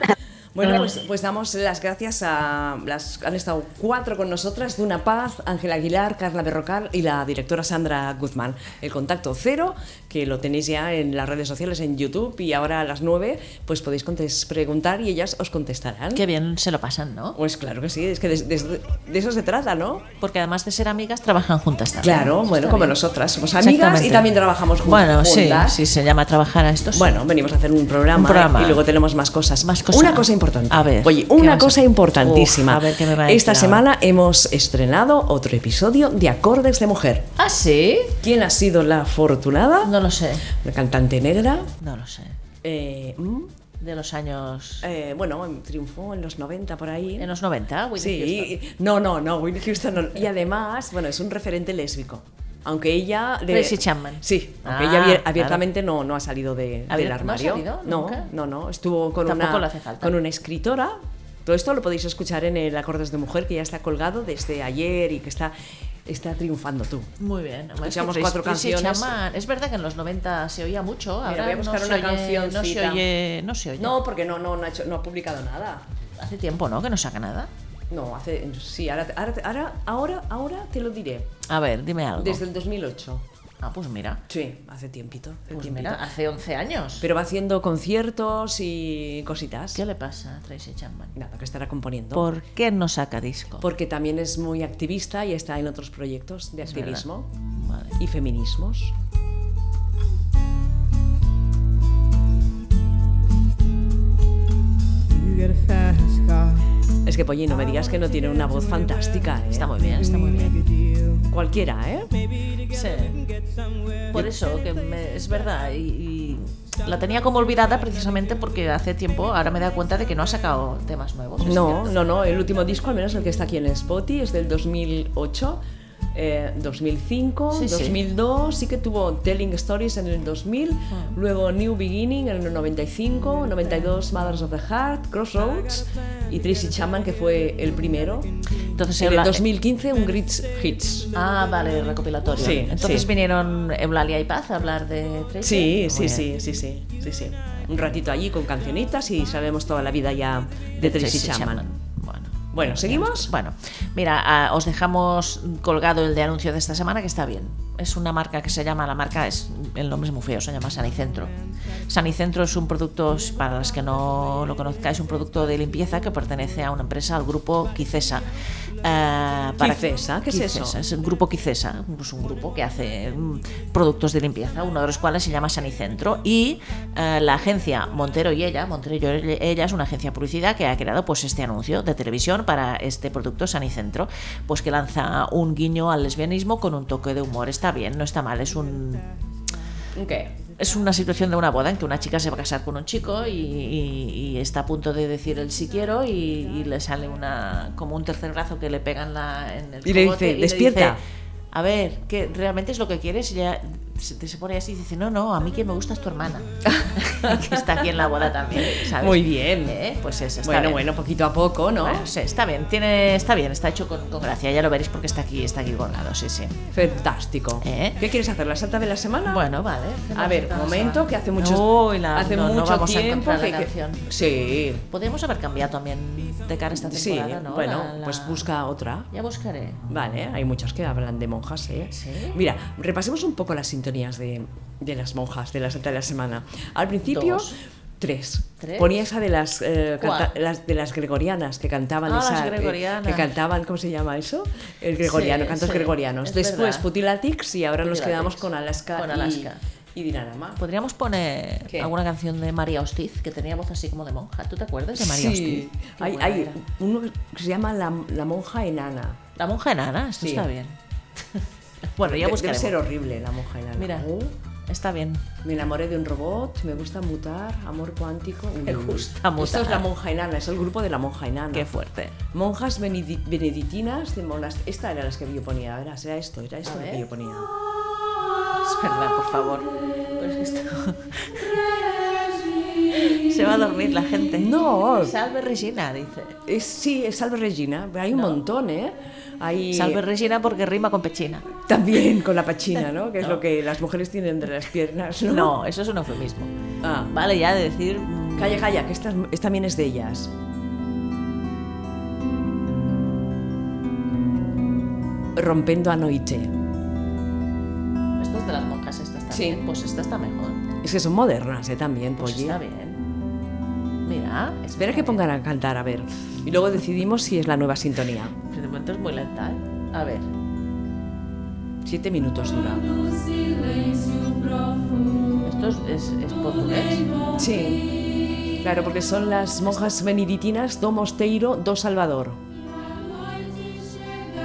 Bueno, pues, pues damos las gracias a las han estado cuatro con nosotras, Duna Paz, Ángela Aguilar, Carla Berrocal y la directora Sandra Guzmán. El contacto cero, que lo tenéis ya en las redes sociales, en YouTube, y ahora a las nueve, pues podéis contes- preguntar y ellas os contestarán.
Qué bien se lo pasan, ¿no?
Pues claro que sí, es que des- des- de, eso se trata, ¿no?
Porque además de ser amigas, trabajan juntas también.
Claro,
Eso
bueno,
está
como
bien.
nosotras, somos amigas y
Exactamente.
también trabajamos jun- juntas.
Bueno, sí, sí, se llama trabajar a estos.
Bueno, venimos a hacer un programa,
Un programa.
¿eh? y luego tenemos más cosas.
Más cosas.
Una cosa importante.
A ver,
Oye,
¿qué vas
una
a-
cosa importantísima.
Uf, a ver qué me va a
Esta
decir
semana hemos estrenado otro episodio de Acordes de Mujer.
¿Ah, sí?
¿Quién ha sido la afortunada?
No lo sé,
La cantante negra.
no lo sé.
eh, mm,
De los años...
eh, bueno, triunfó en los 90 por ahí.
En los 90, Whitney
sí,
Houston.
no, no, no, Whitney Houston no. Y además, bueno, es un referente lésbico. Aunque ella. de-
Tracy Chapman.
Sí, aunque
Ah,
ella abier-
claro.
abiertamente no, no ha salido de-
Abier-
del
¿no ha
armario.
salido
no,
nunca?
no, no, Estuvo con
Tampoco
una,
le hace falta.
con una escritora. Todo esto lo podéis escuchar en el Acordes de Mujer, que ya está colgado desde ayer y que está, está triunfando tú.
Muy bien. Además,
Escuchamos
que Tracy-
cuatro
Tracy
canciones.
Chapman- Es verdad que en los 90 se oía mucho. Ahora
Mira, voy a buscar
no se
una
oye, no se
cancioncita.
oye, no se oye.
No, porque no, no, no, ha hecho- no ha publicado nada.
Hace tiempo, ¿no? Que no saca nada.
No, hace. Sí, ahora, te- ahora, te- ahora, ahora, ahora te lo diré.
A ver, dime algo.
Desde el 2008.
Ah, pues mira.
Sí, hace tiempito. hace
Pues
tiempito.
mira, hace 11 años.
Pero va haciendo conciertos y cositas.
¿Qué le pasa a Tracy Chapman?
Nada, que estará componiendo.
¿Por qué no saca disco?
Porque también es muy activista y está en otros proyectos de
Es verdad.
activismo
Vale.
y feminismos.
You get a fast car,
Es que Polly, no me digas que no tiene una voz fantástica, ¿eh?
Está muy bien, está muy bien.
Cualquiera, ¿eh?
Sí. Por eso, que me- es verdad. Y, y la tenía como olvidada precisamente porque hace tiempo, ahora me da cuenta de que no ha sacado temas nuevos. es
No,
cierto.
no, no. El último disco, al menos el que está aquí en Spotify, es del 2008. eh, 2005,
Sí, sí.
2002, sí. que tuvo Telling Stories en el 2000,
Ah.
luego New Beginning en el 95, 92 Mothers of the Heart, Crossroads y Tracy Chapman que fue el primero.
Entonces
en el
Eula-
2015 un Grits Hits.
Ah, vale, recopilatorio.
Sí,
Entonces
sí.
vinieron Eulalia y Paz a hablar de Tracy.
Sí,
Muy
sí,
bien.
sí, sí, sí, sí, sí. Un ratito allí con cancionitas y sabemos toda la vida ya de Tracy Chapman.
Bueno,
Bueno, ¿seguimos?
Bueno, mira, ah, os dejamos colgado el de anuncio de esta semana que está bien. Es una marca que se llama, la marca es, el nombre es muy feo, se llama Sanicentro. Sanicentro es un producto, para los que no lo conozcáis, un producto de limpieza que pertenece a una empresa, al grupo Quicesa. Ah,
Quicesa, ¿qué es eso?
Quicesa, es el grupo Quicesa, es un grupo que hace mm, productos de limpieza, uno de los cuales se llama Sanicentro y eh, la agencia Montero y ella, Montero y ella es una agencia de publicidad que ha creado pues este anuncio de televisión para este producto Sanicentro, pues que lanza un guiño al lesbianismo con un toque de humor, está bien, no está mal, es un
¿Qué?
es una situación de una boda en que una chica se va a casar con un chico y, y- y está a punto de decir el sí quiero y, y le sale una como un tercer brazo que le pegan la, en el
Y le
cogote
dice, "Despierta".
a ver, que realmente es lo que quieres y ya se, te- se pone así y dice, no, no, a mí quien me gusta es tu hermana, que está aquí en la boda también, ¿sabes?
Muy bien.
Eh, Pues eso, está
Bueno,
bien.
bueno, poquito a poco, ¿no?
Bueno, sí, está bien, tiene, está bien, está hecho con, con gracia, ya lo veréis porque está aquí, está aquí colgado, sí, sí.
Fantástico.
¿Eh?
¿Qué quieres hacer? ¿La salta de la semana?
Bueno, vale.
A ver, un momento, que hace mucho,
Uy, la-
hace
no, no
mucho
vamos a
tiempo
encontrar
que,
la
que-
canción.
Sí,
Podríamos haber cambiado también de cara esta
sí.
temporada, ¿no?
Bueno,
La- la-
pues busca otra.
Ya buscaré.
Vale, hay muchas que hablan de monjas, ¿eh?
Sí.
Mira, repasemos un poco las sintonías de, de las monjas de la Santa de la Semana. Al principio,
Dos.
tres.
¿Tres?
Ponía esa de las, eh,
¿Cuál?
canta- las- de las gregorianas que cantaban
Ah,
esa,
las
eh,
gregorianas.
que cantaban, ¿cómo se llama eso? El gregoriano,
Sí,
cantos
sí,
gregorianos.
es
Después
verdad.
Putilatix y ahora nos
Putilatix.
quedamos con Alaska,
Con
y-
Alaska.
y, Dinarama.
Podríamos poner
¿Qué?
alguna canción de María Hostiz, que tenía voz así como de monja. ¿Tú te acuerdas Pues de María
Sí,
Hostiz? Qué
hay,
buena
hay
era.
uno que se llama La, la monja enana.
La monja enana, esto
Sí.
está bien. bueno, ya
De- Debe
buscaremos.
ser horrible la monja enana.
Mira,
Oh.
está bien.
Me enamoré de un robot, me gusta mutar, amor cuántico.
Me
Uy.
gusta
Esto
mutar.
es la monja enana, es el grupo de la monja enana.
Qué fuerte.
Monjas benedi- benedictinas de monas. Esta era las que yo ponía, era, era esto, era esto
A
lo que
ver.
yo ponía.
Es verdad, por favor. Pero es que esto- Se va a dormir la gente.
No.
Salve Regina, dice.
Es, sí, es Salve Regina, pero hay un montón, ¿eh? Hay
Salve Regina porque rima con pechina.
también con la pachina, ¿no? Que es
No.
lo que las mujeres tienen entre las piernas, ¿no?
No, eso es un eufemismo.
Ah,
Vale, ya de decir. mm,
Calla, calla, que esta, esta también es de ellas. Rompendo a noche.
Esto es de las monjas, esta está
Sí.
bien. Pues esta está mejor.
Es que son modernas, ¿eh? También,
Pues
Polly.
está bien. Mira,
Espera que pongan a cantar, a ver. Y luego decidimos si es la nueva sintonía.
De momento es muy lenta, ¿eh? A ver.
Siete minutos dura.
Esto es, es, es portugués.
Sí. Claro, porque son las monjas benedictinas do Mosteiro do Salvador.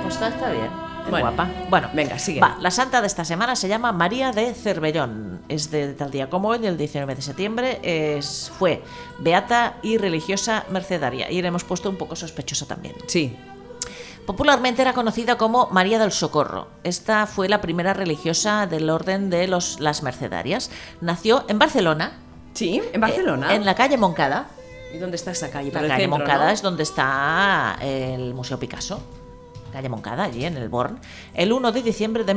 Pues está, está bien. Es
Bueno.
guapa. Bueno,
Venga, sigue.
Va, la santa de esta semana se llama María de Cervellón. Es de tal día como hoy, del 19 de septiembre. Es, fue beata y religiosa mercedaria. Y le hemos puesto un poco sospechosa también.
Sí.
Popularmente era conocida como María del Socorro. Esta fue la primera religiosa del orden de los, las mercedarias. Nació en Barcelona.
¿Sí? ¿En Barcelona?
eh, en la calle Moncada.
¿Y dónde está esa calle?
La
Por el
calle
centro,
Moncada
¿no?
es donde está el Museo Picasso. Calle Moncada, allí en el Born. El 1 de diciembre de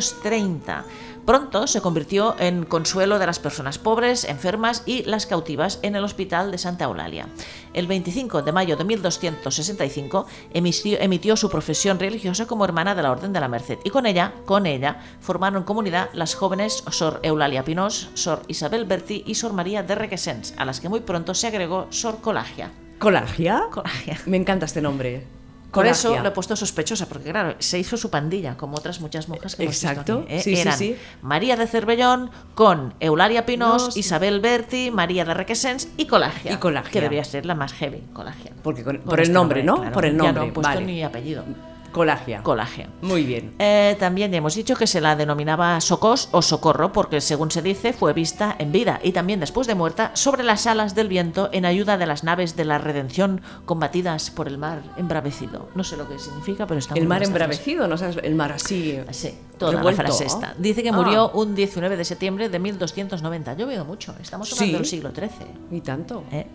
1230. Pronto se convirtió en consuelo de las personas pobres, enfermas y las cautivas en el Hospital de Santa Eulalia. El 25 de mayo de 1265 emitió, emitió su profesión religiosa como hermana de la Orden de la Merced y con ella, con ella, formaron comunidad las jóvenes Sor Eulalia Pinós, Sor Isabel Berti y Sor María de Requesens, a las que muy pronto se agregó Sor Colagia.
¿Colagia?
Colagia.
Me encanta este nombre.
Por eso
gracia.
lo he puesto sospechosa, porque claro, se hizo su pandilla, como otras muchas monjas que hemos visto
Exacto.
aquí, ¿eh?
Sí, sí,
Eran
sí.
María de Cervellón con Eulalia Pinós,
Nos-
Isabel Berti, María de Requesens y Colagia.
Y Colagia.
Que debería ser la más heavy, Colagia.
Porque con-
Con
por el
este
nombre, ¿no?
claro.
Por el
Ya no
nombre,
he puesto
vale.
ni apellido.
Colagia.
Colagia.
Muy bien.
Eh, también ya hemos dicho que se la denominaba Socos o Socorro, porque según se dice, fue vista en vida y también después de muerta sobre las alas del viento en ayuda de las naves de la redención combatidas por el mar embravecido. No sé lo que significa, pero está muy
El mar
bien esta frase.
embravecido, ¿no sabes? El mar así.
Sí, toda
revuelto,
la frase esta.
¿no?
Dice que murió
Ah,
un 19 de septiembre de 1290. Ha llovido mucho, estamos hablando
Sí.
del siglo XIII.
Y tanto.
¿eh?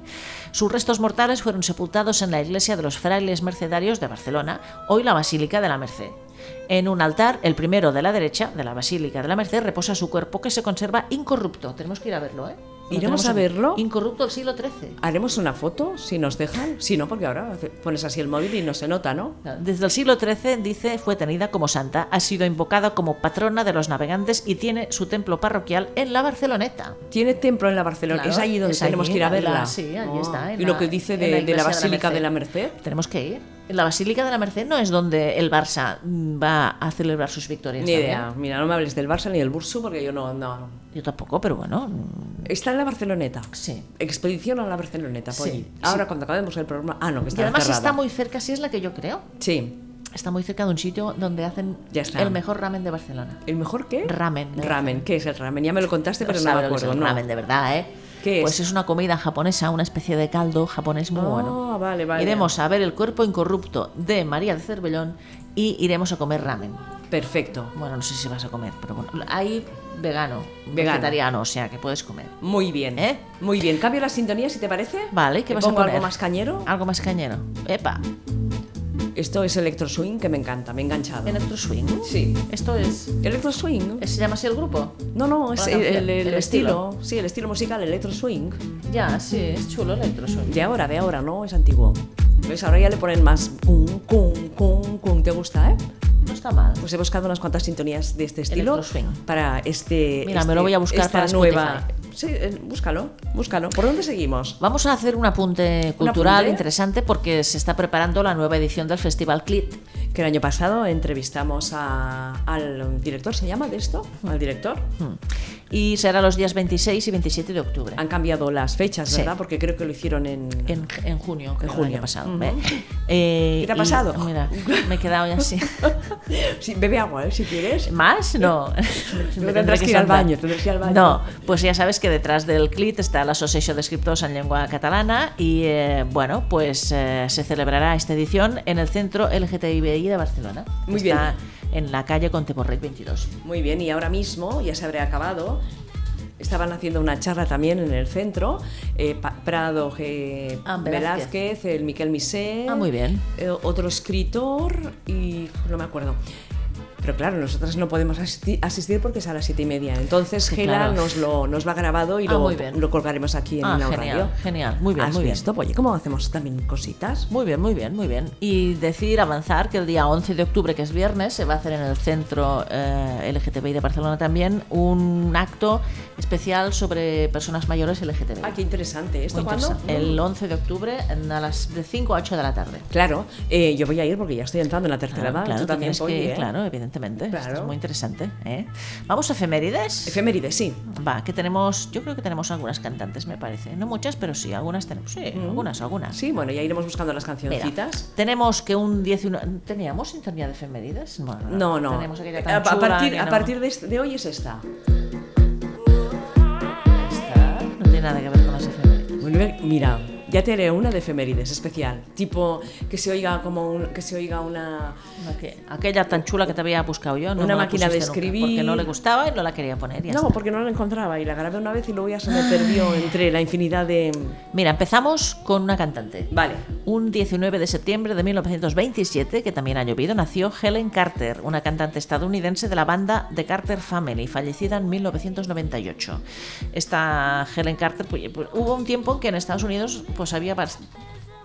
Sus restos mortales fueron sepultados en la iglesia de los frailes mercedarios de Barcelona, hoy la Basílica de la Merced. En un altar, el primero de la derecha, de la Basílica de la Merced, reposa su cuerpo que se conserva incorrupto. Tenemos que ir a verlo, ¿eh? Lo
¿Iremos
tenemos
a
en-
verlo?
Incorrupto del siglo XIII.
¿Haremos una foto si nos dejan? Si no, porque ahora hace- pones así el móvil y no se nota, ¿no?
Desde el siglo XIII, dice, fue tenida como santa, ha sido invocada como patrona de los navegantes y tiene su templo parroquial en la Barceloneta.
Tiene templo en la Barcelona.
Claro,
es allí donde
es
tenemos
allí,
que ir a
en la-
verla.
sí, allí
Ah,
está, en
Y
la-
lo que dice
en
de
la
de la
iglesia de la
Basílica de la
Merced.
Merced.
Tenemos que ir. La Basílica de la Merced no es donde el Barça mm, va a celebrar sus victorias.
Ni
también.
idea. Mira, no me hables del Barça ni del Bursu porque yo no, no.
Yo tampoco, pero bueno. mm,
Está en la Barceloneta.
Sí.
Expedición a la Barceloneta,
Sí,
Polly.
sí.
Ahora cuando acabemos el programa. Ah, no, que
Y
está
además
cerrada.
está muy cerca, si es la que yo creo.
Sí.
Está muy cerca de un sitio donde hacen
Ya está.
el mejor ramen de Barcelona.
¿El mejor qué?
Ramen.
Ramen. ¿Qué es el ramen? Ya me lo contaste, pero no
sabe
me
lo que es
acuerdo.
el
no.
ramen, de verdad, ¿eh?
¿Qué
pues
es?
es una comida japonesa, una especie de caldo japonés muy
Ah,
bueno.
vale, vale.
Iremos a ver el cuerpo incorrupto de María de Cervellón y iremos a comer ramen.
Perfecto.
Bueno, no sé si vas a comer, pero bueno. Hay vegano,
Vegano.
vegetariano, o sea que puedes comer.
Muy bien.
¿Eh?
Muy bien. ¿Cambio la sintonía si te parece?
Vale, ¿qué
¿Le
vas a
pongo
poner?
algo más cañero?
Algo más cañero. Epa,
Esto es Electro Swing que me encanta, me he enganchado.
Electro Swing.
Sí.
Esto es.
Electro Swing.
¿Se llama así el grupo?
No, no, es
la
el,
canción,
el- el
el
estilo. Sí, el estilo musical, Electro Swing.
Ya, sí, es chulo Electro Swing.
De ahora, de ahora, ¿no? Es antiguo. ¿Ves? Ahora ya le ponen más. Cum, cum, cum, cum. ¿Te gusta, eh?
No está mal.
Pues he buscado unas cuantas sintonías de este estilo
Electro swing.
para este.
Mira, me
este-
lo voy a buscar
esta
para
nueva. Sí, eh, búscalo, búscalo. ¿Por dónde seguimos?
Vamos a hacer un apunte cultural
apunte?
interesante porque se está preparando la nueva edición del Festival CLIT.
Que el año pasado entrevistamos a- al director, ¿se llama de esto? Al director.
Hmm. Y será los días 26 y 27 de octubre.
Han cambiado las fechas,
Sí.
¿verdad? Porque creo que lo hicieron en.
Ah, En, en junio, creo, el
junio.
año pasado.
Ujú.
¿eh? Eh,
¿Qué te ha
y-
pasado?
mira, me he quedado ya así.
Sí, bebe agua, ¿eh? Si quieres.
¿Más? No.
No
Me
tendrás
tendré
Eh, que ir al
salvar.
baño, tendrás que ir al baño.
No, pues ya sabes que detrás del CLIT está la Associació d'Escriptors en Lengua Catalana y, eh, bueno, pues eh, se celebrará esta edición en el centro LGTBI de Barcelona. que
Muy bien.
Está en la calle Conteporrey 22.
Muy bien, y ahora mismo ya se habrá acabado. Estaban haciendo una charla también en el centro. eh, Pa- Prado G.
Ah, Velázquez.
Velázquez, el Miquel Misé.
Ah, muy bien.
eh, otro escritor y no me acuerdo. Pero claro, nosotras no podemos asisti- asistir porque es a las siete y media. Entonces,
Sí,
Gela
claro.
nos, lo, nos lo ha grabado y
Ah,
lo,
muy bien.
lo colgaremos aquí en Ah,
Ah,
la
genial,
radio.
genial. Muy bien,
¿Has
muy bien.
visto? Pues, Oye, ¿cómo hacemos también cositas?
Muy bien, muy bien, muy bien. Y decir, avanzar, que el día 11 de octubre, que es viernes, se va a hacer en el centro eh, LGTBI de Barcelona también un acto especial sobre personas mayores LGTBI.
Ah, qué interesante. ¿Esto
Muy
cuándo?
interesante. El 11 de octubre en- a las de 5 a 8 de la tarde.
Claro, eh, yo voy a ir porque ya estoy entrando en la tercera edad.
Ah, claro,
Ah, Tú también,
tienes que-
Polly, ¿eh?
claro, evidentemente. Esto
Claro.
es muy interesante. ¿eh? Vamos a efemérides.
Efemérides, sí.
Va, que tenemos, yo creo que tenemos algunas cantantes, me parece. No muchas, pero sí, algunas tenemos. Sí, algunas, algunas.
Sí, bueno, ya iremos buscando las
Mira,
cancioncitas.
tenemos que un 19... ¿Teníamos sintonía de efemérides? Bueno,
No, no.
Tenemos aquella
a,
tan
a
chula
partir,
que
a
no-
partir de, este- de hoy es esta.
Esta no tiene nada que ver con las efemérides.
Bueno, a ver, mira, ya te haré una de efemérides especial. Tipo, que se oiga como un- que se oiga una.
Aqu- Aquella tan chula que te había buscado yo. No me
Una
la
máquina de
pusiste nunca,
escribir.
porque no le gustaba y no la quería poner. ya
no,
está.
porque no la encontraba y la grabé una vez y luego ya se me perdió entre la infinidad de.
Mira, empezamos con una cantante.
Vale.
Un 19 de septiembre de 1927, que también ha llovido, nació Helen Carter, una cantante estadounidense de la banda The Carter Family, fallecida en 1998. Esta Helen Carter, pues, pues, hubo un tiempo en que en Estados Unidos pues había bas-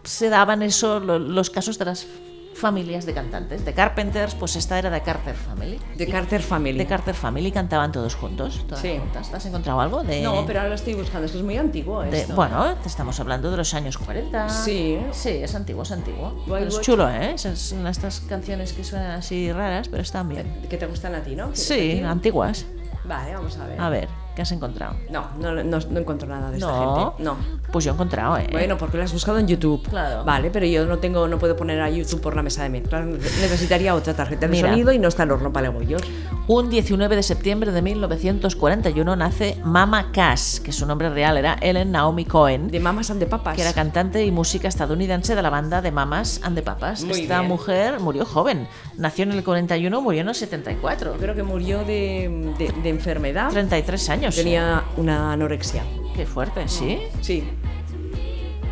se daban eso, lo- los casos de las familias de cantantes. De Carpenters, pues esta era de Carter Family.
De Carter Family.
De Carter Family cantaban todos juntos, todas
Sí.
juntas. ¿Te has encontrado algo de...?
No, pero ahora lo estoy buscando, es que es muy antiguo
de-
esto.
bueno, te estamos hablando de los años 40.
Sí.
Sí, es antiguo, es antiguo.
Guay,
Pero es
guay.
chulo, ¿eh? Esas- son estas canciones que suenan así raras, pero están bien.
Que te gustan a ti, ¿no? ¿Quieres
Sí,
decir?
antiguas.
Vale, vamos a ver.
A ver, ¿qué has encontrado?
No, no, no, no encuentro nada de
no.
esta gente. No.
Pues yo he encontrado, ¿eh?
Bueno, porque lo has buscado en YouTube.
Claro.
Vale, pero yo no tengo, no puedo poner a YouTube por la mesa de mezclas. Necesitaría otra tarjeta de
Mira.
sonido y no está el horno para bollos.
Un 19 de septiembre de 1941 nace Mama Cass, que su nombre real era Ellen Naomi Cohen.
De mamas and de papas.
que era cantante y música estadounidense de la banda de Mamas and the Papas.
Muy
Esta
bien.
mujer murió joven, nació en el 41, murió en el 74,
Yo creo que murió de, de- de enfermedad.
33 años.
Tenía una anorexia.
Qué fuerte, ¿sí?
Sí.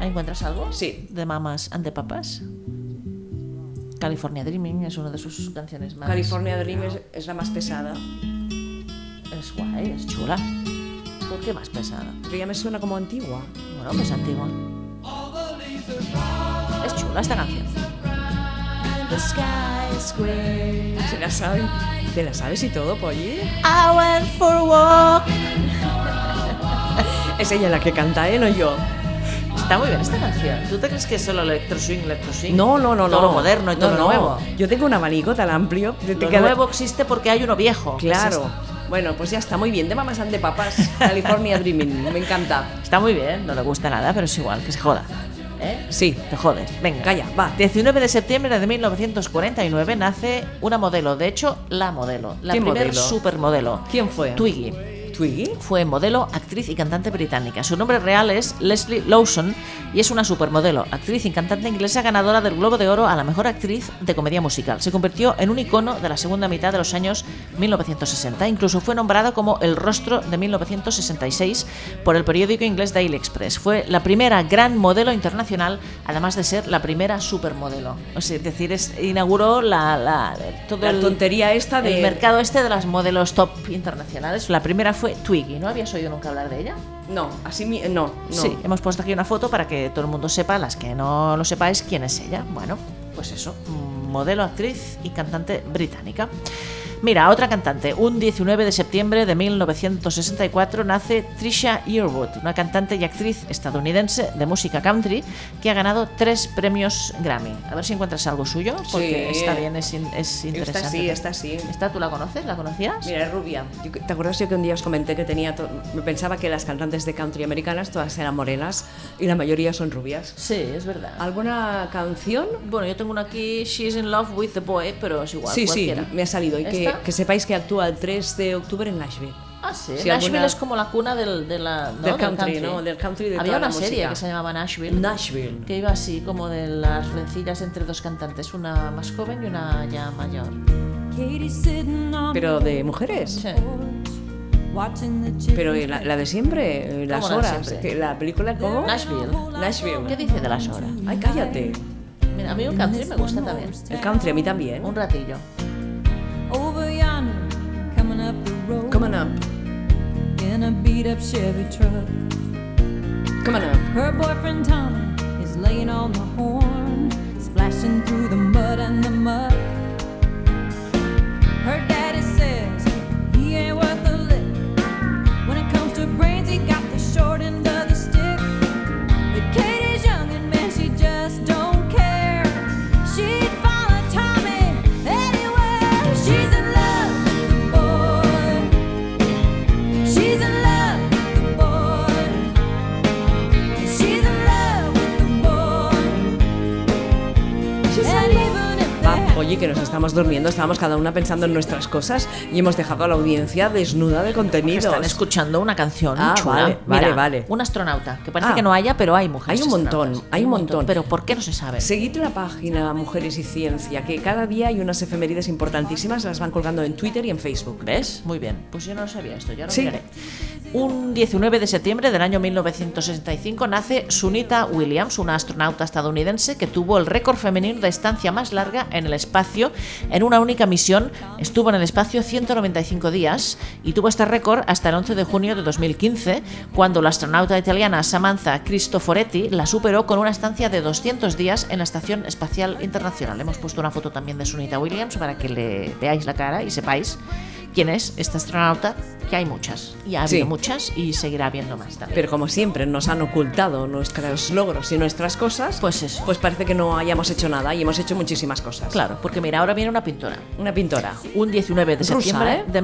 ¿Encuentras algo?
Sí.
De Mamas and the Papas. California Dreaming es una de sus canciones más.
California Dream es, es la más pesada.
Es guay, es chula. ¿Por qué más pesada?
Pero ya me suena como antigua.
Bueno, pues antigua. Es chula esta canción.
¿Se la sabe? ¿Te la sabes y todo, Polly?
I went for a walk.
Es ella la que canta, ¿eh? No yo.
Está muy bien esta canción. ¿Tú te crees que es solo electro swing, electro swing?
No, no, no, no.
Todo lo moderno y todo
No,
lo
no.
nuevo.
Yo tengo un abanico tan amplio. de
Lo
que-
nuevo existe porque hay uno viejo. que es
Claro. Bueno, pues ya está, muy bien. De mamas and de papas, California Dreaming. Me encanta.
este. Está muy bien, no le gusta nada, pero es igual, que se joda. ¿Eh?
Sí.
Te jodes, venga.
Calla, va.
19 de septiembre de 1949 nace una modelo, de hecho, la modelo, la
¿Qué
primer
modelo?
supermodelo.
¿Quién fue?
Twiggy.
¿Twiggy?
Fue modelo, actriz y cantante británica. Su nombre real es Leslie Lawson y es una supermodelo, actriz y cantante inglesa ganadora del Globo de Oro a la mejor actriz de comedia musical. Se convirtió en un icono de la segunda mitad de los años 1960. Incluso fue nombrada como el rostro de 1966 por el periódico inglés Daily Express. Fue la primera gran modelo internacional, además de ser la primera supermodelo. O sea, es decir, es, inauguró la, la- todo
La
el-
tontería esta de.
el mercado este de las modelos top internacionales. La primera fue Twiggy, ¿no habías oído nunca hablar de ella?
No, así mi... no, no.
Sí, hemos puesto aquí una foto para que todo el mundo sepa, las que no lo sepáis, quién es ella. Bueno, pues eso, mm, modelo, actriz y cantante británica. Mira, otra cantante. Un 19 de septiembre de 1964 nace Trisha Yearwood, una cantante y actriz estadounidense de música country que ha ganado tres premios Grammy. A ver si encuentras algo suyo, porque
Sí.
está bien, es, in- es interesante.
Está así, está así.
¿Esta tú la conoces? ¿La conocías?
Mira, es rubia. Yo- ¿Te acuerdas yo que un día os comenté que tenía. to- Me pensaba que las cantantes de country americanas todas eran morenas y la mayoría son rubias.
Sí, es verdad.
¿Alguna canción?
Bueno, yo tengo una aquí, She's in Love with the Boy, pero es igual.
sí,
cualquiera.
sí, me ha salido. Y que,
¿Esta?
que sepáis que actúa el 3 de octubre en Nashville.
Ah, sí.
Sí,
Nashville
alguna-
es como la cuna del, de la, ¿no?
Del country, ¿no? Del country de
Había
toda
una
la
serie
música.
que se llamaba Nashville.
Nashville.
Que iba así, como de las rencillas entre dos cantantes, una más joven y una ya mayor.
Pero de mujeres.
Sí.
Pero eh, la, la de siempre, eh, las
¿Cómo la de
horas.
siempre?
que La película como.
Nashville.
Nashville.
¿Qué dice de las horas?
Ay, cállate.
Mira, a mí un country me gusta también.
El country a mí también.
Un ratillo.
Over yonder, coming up the road
Come on up.
in a beat up Chevy truck.
Come on up.
Her boyfriend Tommy is laying on the horn, splashing through the mud and the muck. Her daddy says he ain't worth a lick. When it comes to brains, he got the short end of the stick. But Katie's young and man, she just don't care. She'd follow Tommy anywhere. She's in love with the boy. She's in love with the boy. She's in love with the boy.
Eh,
And even if they
Va,
have
Ah, oye, que nos estamos durmiendo, estábamos cada una pensando en nuestras cosas y hemos dejado a la audiencia desnuda de contenidos.
Están escuchando una canción
Ah,
chula.
vale,
Mira,
vale, vale.
Un astronauta, que parece
Ah.
que no haya, pero hay mujeres.
Hay un montón,
astronautas.
hay un montón.
Pero ¿por qué no se sabe?
Seguid la página Mujeres y Ciencia, que cada día hay unas efemérides importantísimas, las van colgando en Twitter y en Facebook.
¿Ves? Muy bien. Pues yo no lo sabía esto, ya lo
Sí.
miraré. Un 19 de septiembre del año 1965 nace Sunita Williams, una astronauta estadounidense que tuvo el récord femenino de estancia más larga en el espacio. En una única misión estuvo en el espacio 195 días y tuvo este récord hasta el 11 de junio de 2015, cuando la astronauta italiana Samantha Cristoforetti la superó con una estancia de 200 días en la Estación Espacial Internacional. Hemos puesto una foto también de Sunita Williams para que le veáis la cara y sepáis quién es esta astronauta, que hay muchas, y ha habido
Sí.
muchas y seguirá habiendo más también.
Pero como siempre nos han ocultado nuestros logros y nuestras cosas,
Pues eso.
pues parece que no hayamos hecho nada y hemos hecho muchísimas cosas.
Claro, porque mira, ahora viene una pintora.
Una pintora.
Un 19 de
Rusa,
septiembre
¿eh?
de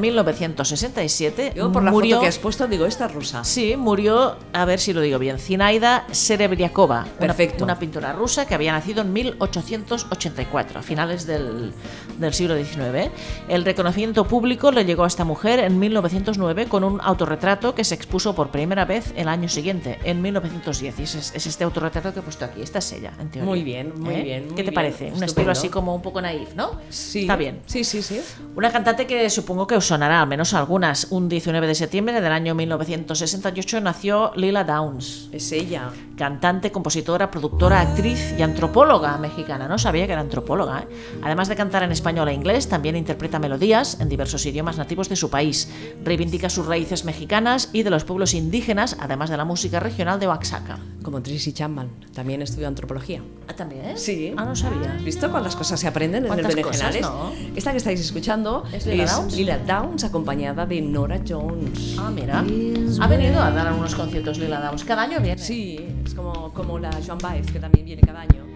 1967
Yo por la
murió,
foto que has puesto digo, esta es rusa.
Sí, murió, a ver si lo digo bien, Zinaida Serebriakova, una-
Perfecto.
Una, pintora rusa que había nacido en 1884, a finales del, del siglo XIX. El reconocimiento público le llegó a esta mujer en 1909 con un autorretrato que se expuso por primera vez el año siguiente, en 1910. Y es, es este autorretrato que he puesto aquí, esta es ella, en teoría. ¿Eh?
Muy bien, muy bien, muy
¿Qué te
bien,
parece? Un estilo
estupendo.
así como un poco naif, ¿no?
Sí.
Está bien.
Sí, sí, sí.
Una cantante que supongo que os sonará, al menos algunas. Un 19 de septiembre del año 1968 nació Lila Downs,
Es ella.
cantante, compositora, productora, actriz y antropóloga mexicana. No sabía que era antropóloga. ¿eh? Además de cantar en español e inglés, también interpreta melodías en diversos idiomas nativos de su país. Reivindica sus raíces mexicanas y de los pueblos indígenas, además de la música regional de Oaxaca.
Como Tracy Chapman, también estudió antropología.
Ah, ¿También? eh?
Sí.
Ah, no sabía.
¿Has visto cuántas cosas se aprenden en el
¿Cuántas cosas,
Berenjenales?
no?
Esta que estáis escuchando
¿Es Lila Downs?
Lila Downs acompañada de Nora Jones.
Ah, mira. Ha venido a dar algunos conciertos Lila Downs. Cada año viene.
Sí, es como, como la Joan Baez, que también viene cada año.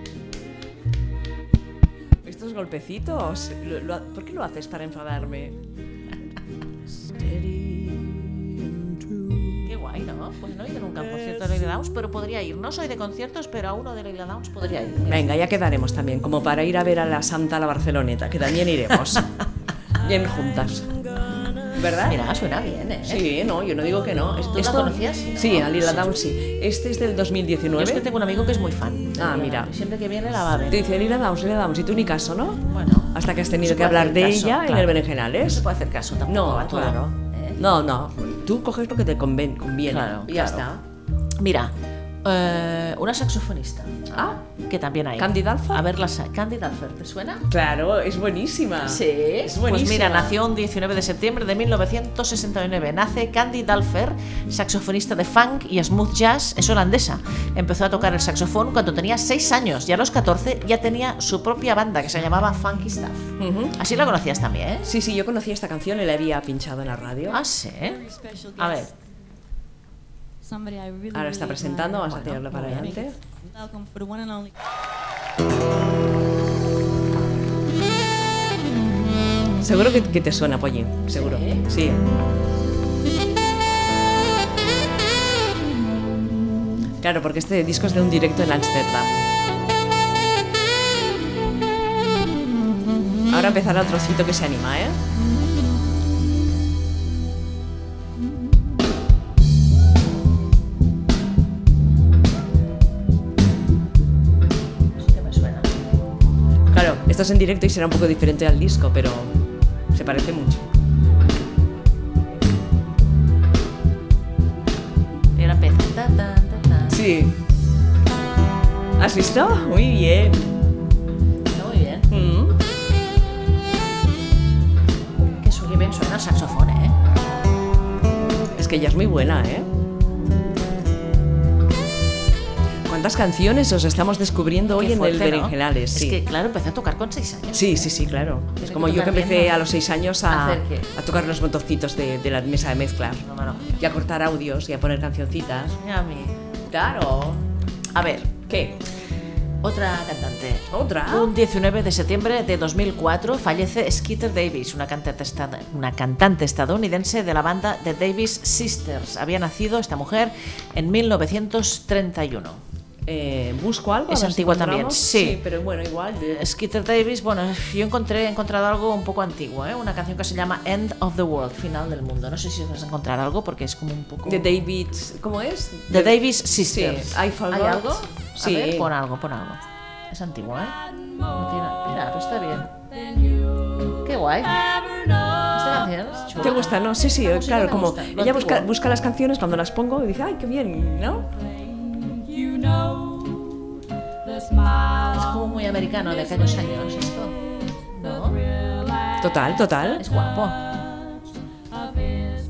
Estos golpecitos, lo- lo- ¿por qué lo haces para enfadarme?
Qué guay, ¿no? Pues no he ido nunca a
Eh,
un concierto de Leila Downs, pero podría ir. No soy de conciertos, pero a uno de Leila Downs podría ir. Mira.
Venga, ya quedaremos también, como para ir a ver a la Santa a la Barceloneta, que también iremos. Bien juntas. ¿Verdad?
Mira, suena bien, ¿eh?
Sí, no, yo no digo que no.
¿Tú la conocías? Sí, ¿no?
Sí, a Lila
Sí.
Downs sí. Este es del
Yo
2019.
es que tengo un amigo que es muy fan.
Ah, mira.
Siempre que viene la va a ver.
Te dice Lila Downs, Lila Downs, y tú ni caso, ¿no?
Bueno.
Hasta que has
No
tenido
se
que
puede
hablar
hacer
de
caso,
ella en el
claro. No
Berenjenales.
se puede hacer caso tampoco.
No,
va todo,
claro.
¿eh?
No, no. Tú coges lo que te conven- conviene.
Claro,
y ya
claro.
está.
Mira, eh, una saxofonista.
Ah.
Que también hay.
¿Candida Alfa?
A ver, la sa- Candida Alfer, ¿te suena?
Claro, es buenísima. es buenísima.
Pues mira, nació un 19 de septiembre de 1969. Nace Candy Dalfer, saxofonista de funk y smooth jazz, es holandesa. Empezó a tocar el saxofón cuando tenía 6 años y a los 14 ya tenía su propia banda que se llamaba Funky Stuff.
Ujú.
Así la conocías también, ¿eh?
Sí, sí, yo conocí esta canción y la había pinchado en la radio.
Ah, sí. A ver,
Ahora está presentando, vamos a tirarlo para adelante. Seguro que, que te suena, Polly. Seguro. Sí. Claro, porque este disco es de un directo en Ámsterdam. Ahora empezará el trocito que se anima, ¿eh?
sí que me suena.
Claro, esto es en directo y será un poco diferente al disco, pero se parece mucho.
Era pez. Ta, ta, ta, ta.
Sí. ¿Has visto? Muy bien.
Está muy bien.
Mm.
Que su- que bien suena el saxofón, ¿eh?
Es que ella es muy buena, ¿eh? ¿Cuántas canciones os estamos descubriendo hoy
Qué
en el
fuerte, ¿no?
Berenjenales? Sí.
Es que, claro, empecé a tocar con 6 años.
sí, sí, sí, claro.
Tiene
Es
que
como yo que
tocar bien,
empecé
¿no?
a los seis años
¿A
a,
hacer qué?
a tocar los botoncitos de, de la mesa de mezclas
No, no, no.
y a cortar audios y a poner cancioncitas.
Mira a mí.
Claro.
A ver,
¿Qué?
otra cantante.
¿Otra?
Un 19 de septiembre de 2004 fallece Skeeter Davis, una cantante, estad- una cantante estadounidense de la banda The Davis Sisters. Había nacido esta mujer en 1931.
Eh, ¿Busco algo? a
Es
ver si
antigua
encontramos.
también, sí.
Sí, pero bueno, igual. de-
Skeeter Davis, bueno, yo encontré, he encontrado algo un poco antiguo, ¿eh? una canción que se llama End of the World, Final del Mundo. No sé si vas a encontrar algo porque es como un poco...
De David. ¿Cómo es?
The Davis Sisters.
Sí, I Forgot.
¿Hay algo?
Sí.
A ver, pon algo, pon algo. Es antiguo, ¿eh? No tiene- Mira, pues está bien. Qué guay. Esta es chula.
¿Te gusta? No, sí, sí,
La música
claro,
me
como
gusta, lo
ella busca,
antiguo.
busca las canciones cuando las pongo y dice, ay, qué bien, ¿no?
You know the smile
Es como muy americano de aquellos años esto. ¿No?
Total, total.
Ah, Es guapo.
of his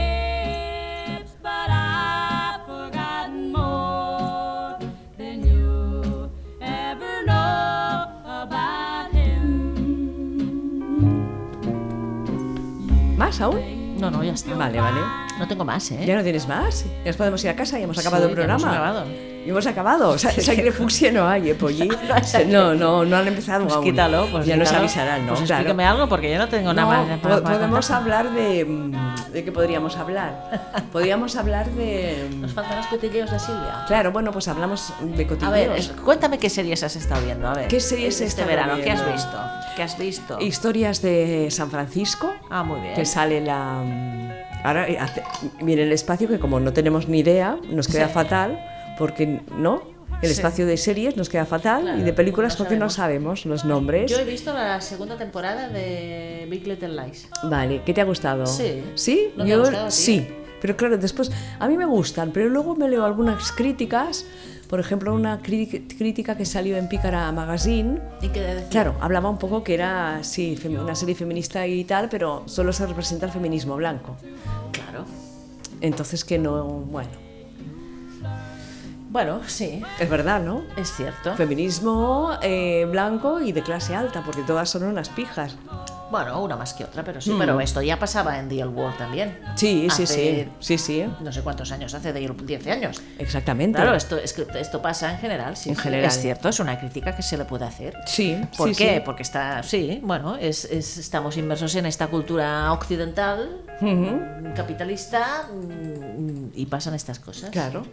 fingertips, but I've forgotten more than you'll ever know about him.
¿Más aún?
No, no, ya está.
Vale, vale.
No tengo más, ¿eh?
¿Ya no tienes más? Ya nos podemos ir a casa y hemos acabado
Sí,
el
ya hemos
programa.
acabado.
Y hemos acabado. O sea, sangre fucsia no hay, ¿eh, Polly? No, no, no han empezado
Pues
aún.
quítalo, pues
ya nos
quítalo.
avisarán, ¿no?
Pues
Claro.
explícame algo porque yo no tengo
No,
nada más.
po- podemos hablar de. mm, ¿De qué podríamos hablar? Podríamos hablar de. mm,
Nos faltan los cotilleos de Silvia.
Claro, bueno, pues hablamos de
A
cotidianos.
ver, es- cuéntame qué series has estado viendo. A ver,
¿Qué series he
este
estado
verano? ¿Qué has
viendo?
visto? ¿Qué has visto?
Historias de San Francisco.
Ah, muy bien.
Que sale la. mm, Ahora, eh, hace- mire, el espacio que como no tenemos ni idea, nos queda
Sí.
fatal, porque no. El
Sí.
espacio de series nos queda fatal
Claro,
y de películas
porque
porque
no
no sabemos los nombres.
Yo he visto la segunda temporada de Big Little Lies.
Vale, ¿qué te ha gustado?
Sí.
¿Sí?
¿No te ha
Yo
gustado a ti?
sí. Pero claro, después a mí me gustan, pero luego me leo algunas críticas, por ejemplo, una cri- crítica que salió en Pícara Magazine.
¿Y qué decía?
Claro, hablaba un poco que era sí, fem- una serie feminista y tal, pero solo se representa el feminismo blanco.
Claro.
Entonces que no, bueno,
Bueno, sí,
es verdad, ¿no?
es cierto.
Feminismo eh, blanco y de clase alta, porque todas son unas pijas.
Bueno, una más que otra, pero sí. Pero esto ya pasaba en The Old War también.
Mm. Sí, sí, sí,
Hace
sí, sí,
No sé cuántos años hace, de 10 años.
exactamente.
Claro, esto, es que esto pasa en general. Sí,
En
sí,
general.
Es cierto, es una crítica que se le puede hacer.
Sí,
¿Por
sí,
qué?
sí.
Porque está, sí, bueno, es, es- estamos inmersos en esta cultura occidental,
Ujú.
capitalista, mm, y pasan estas cosas.
Claro.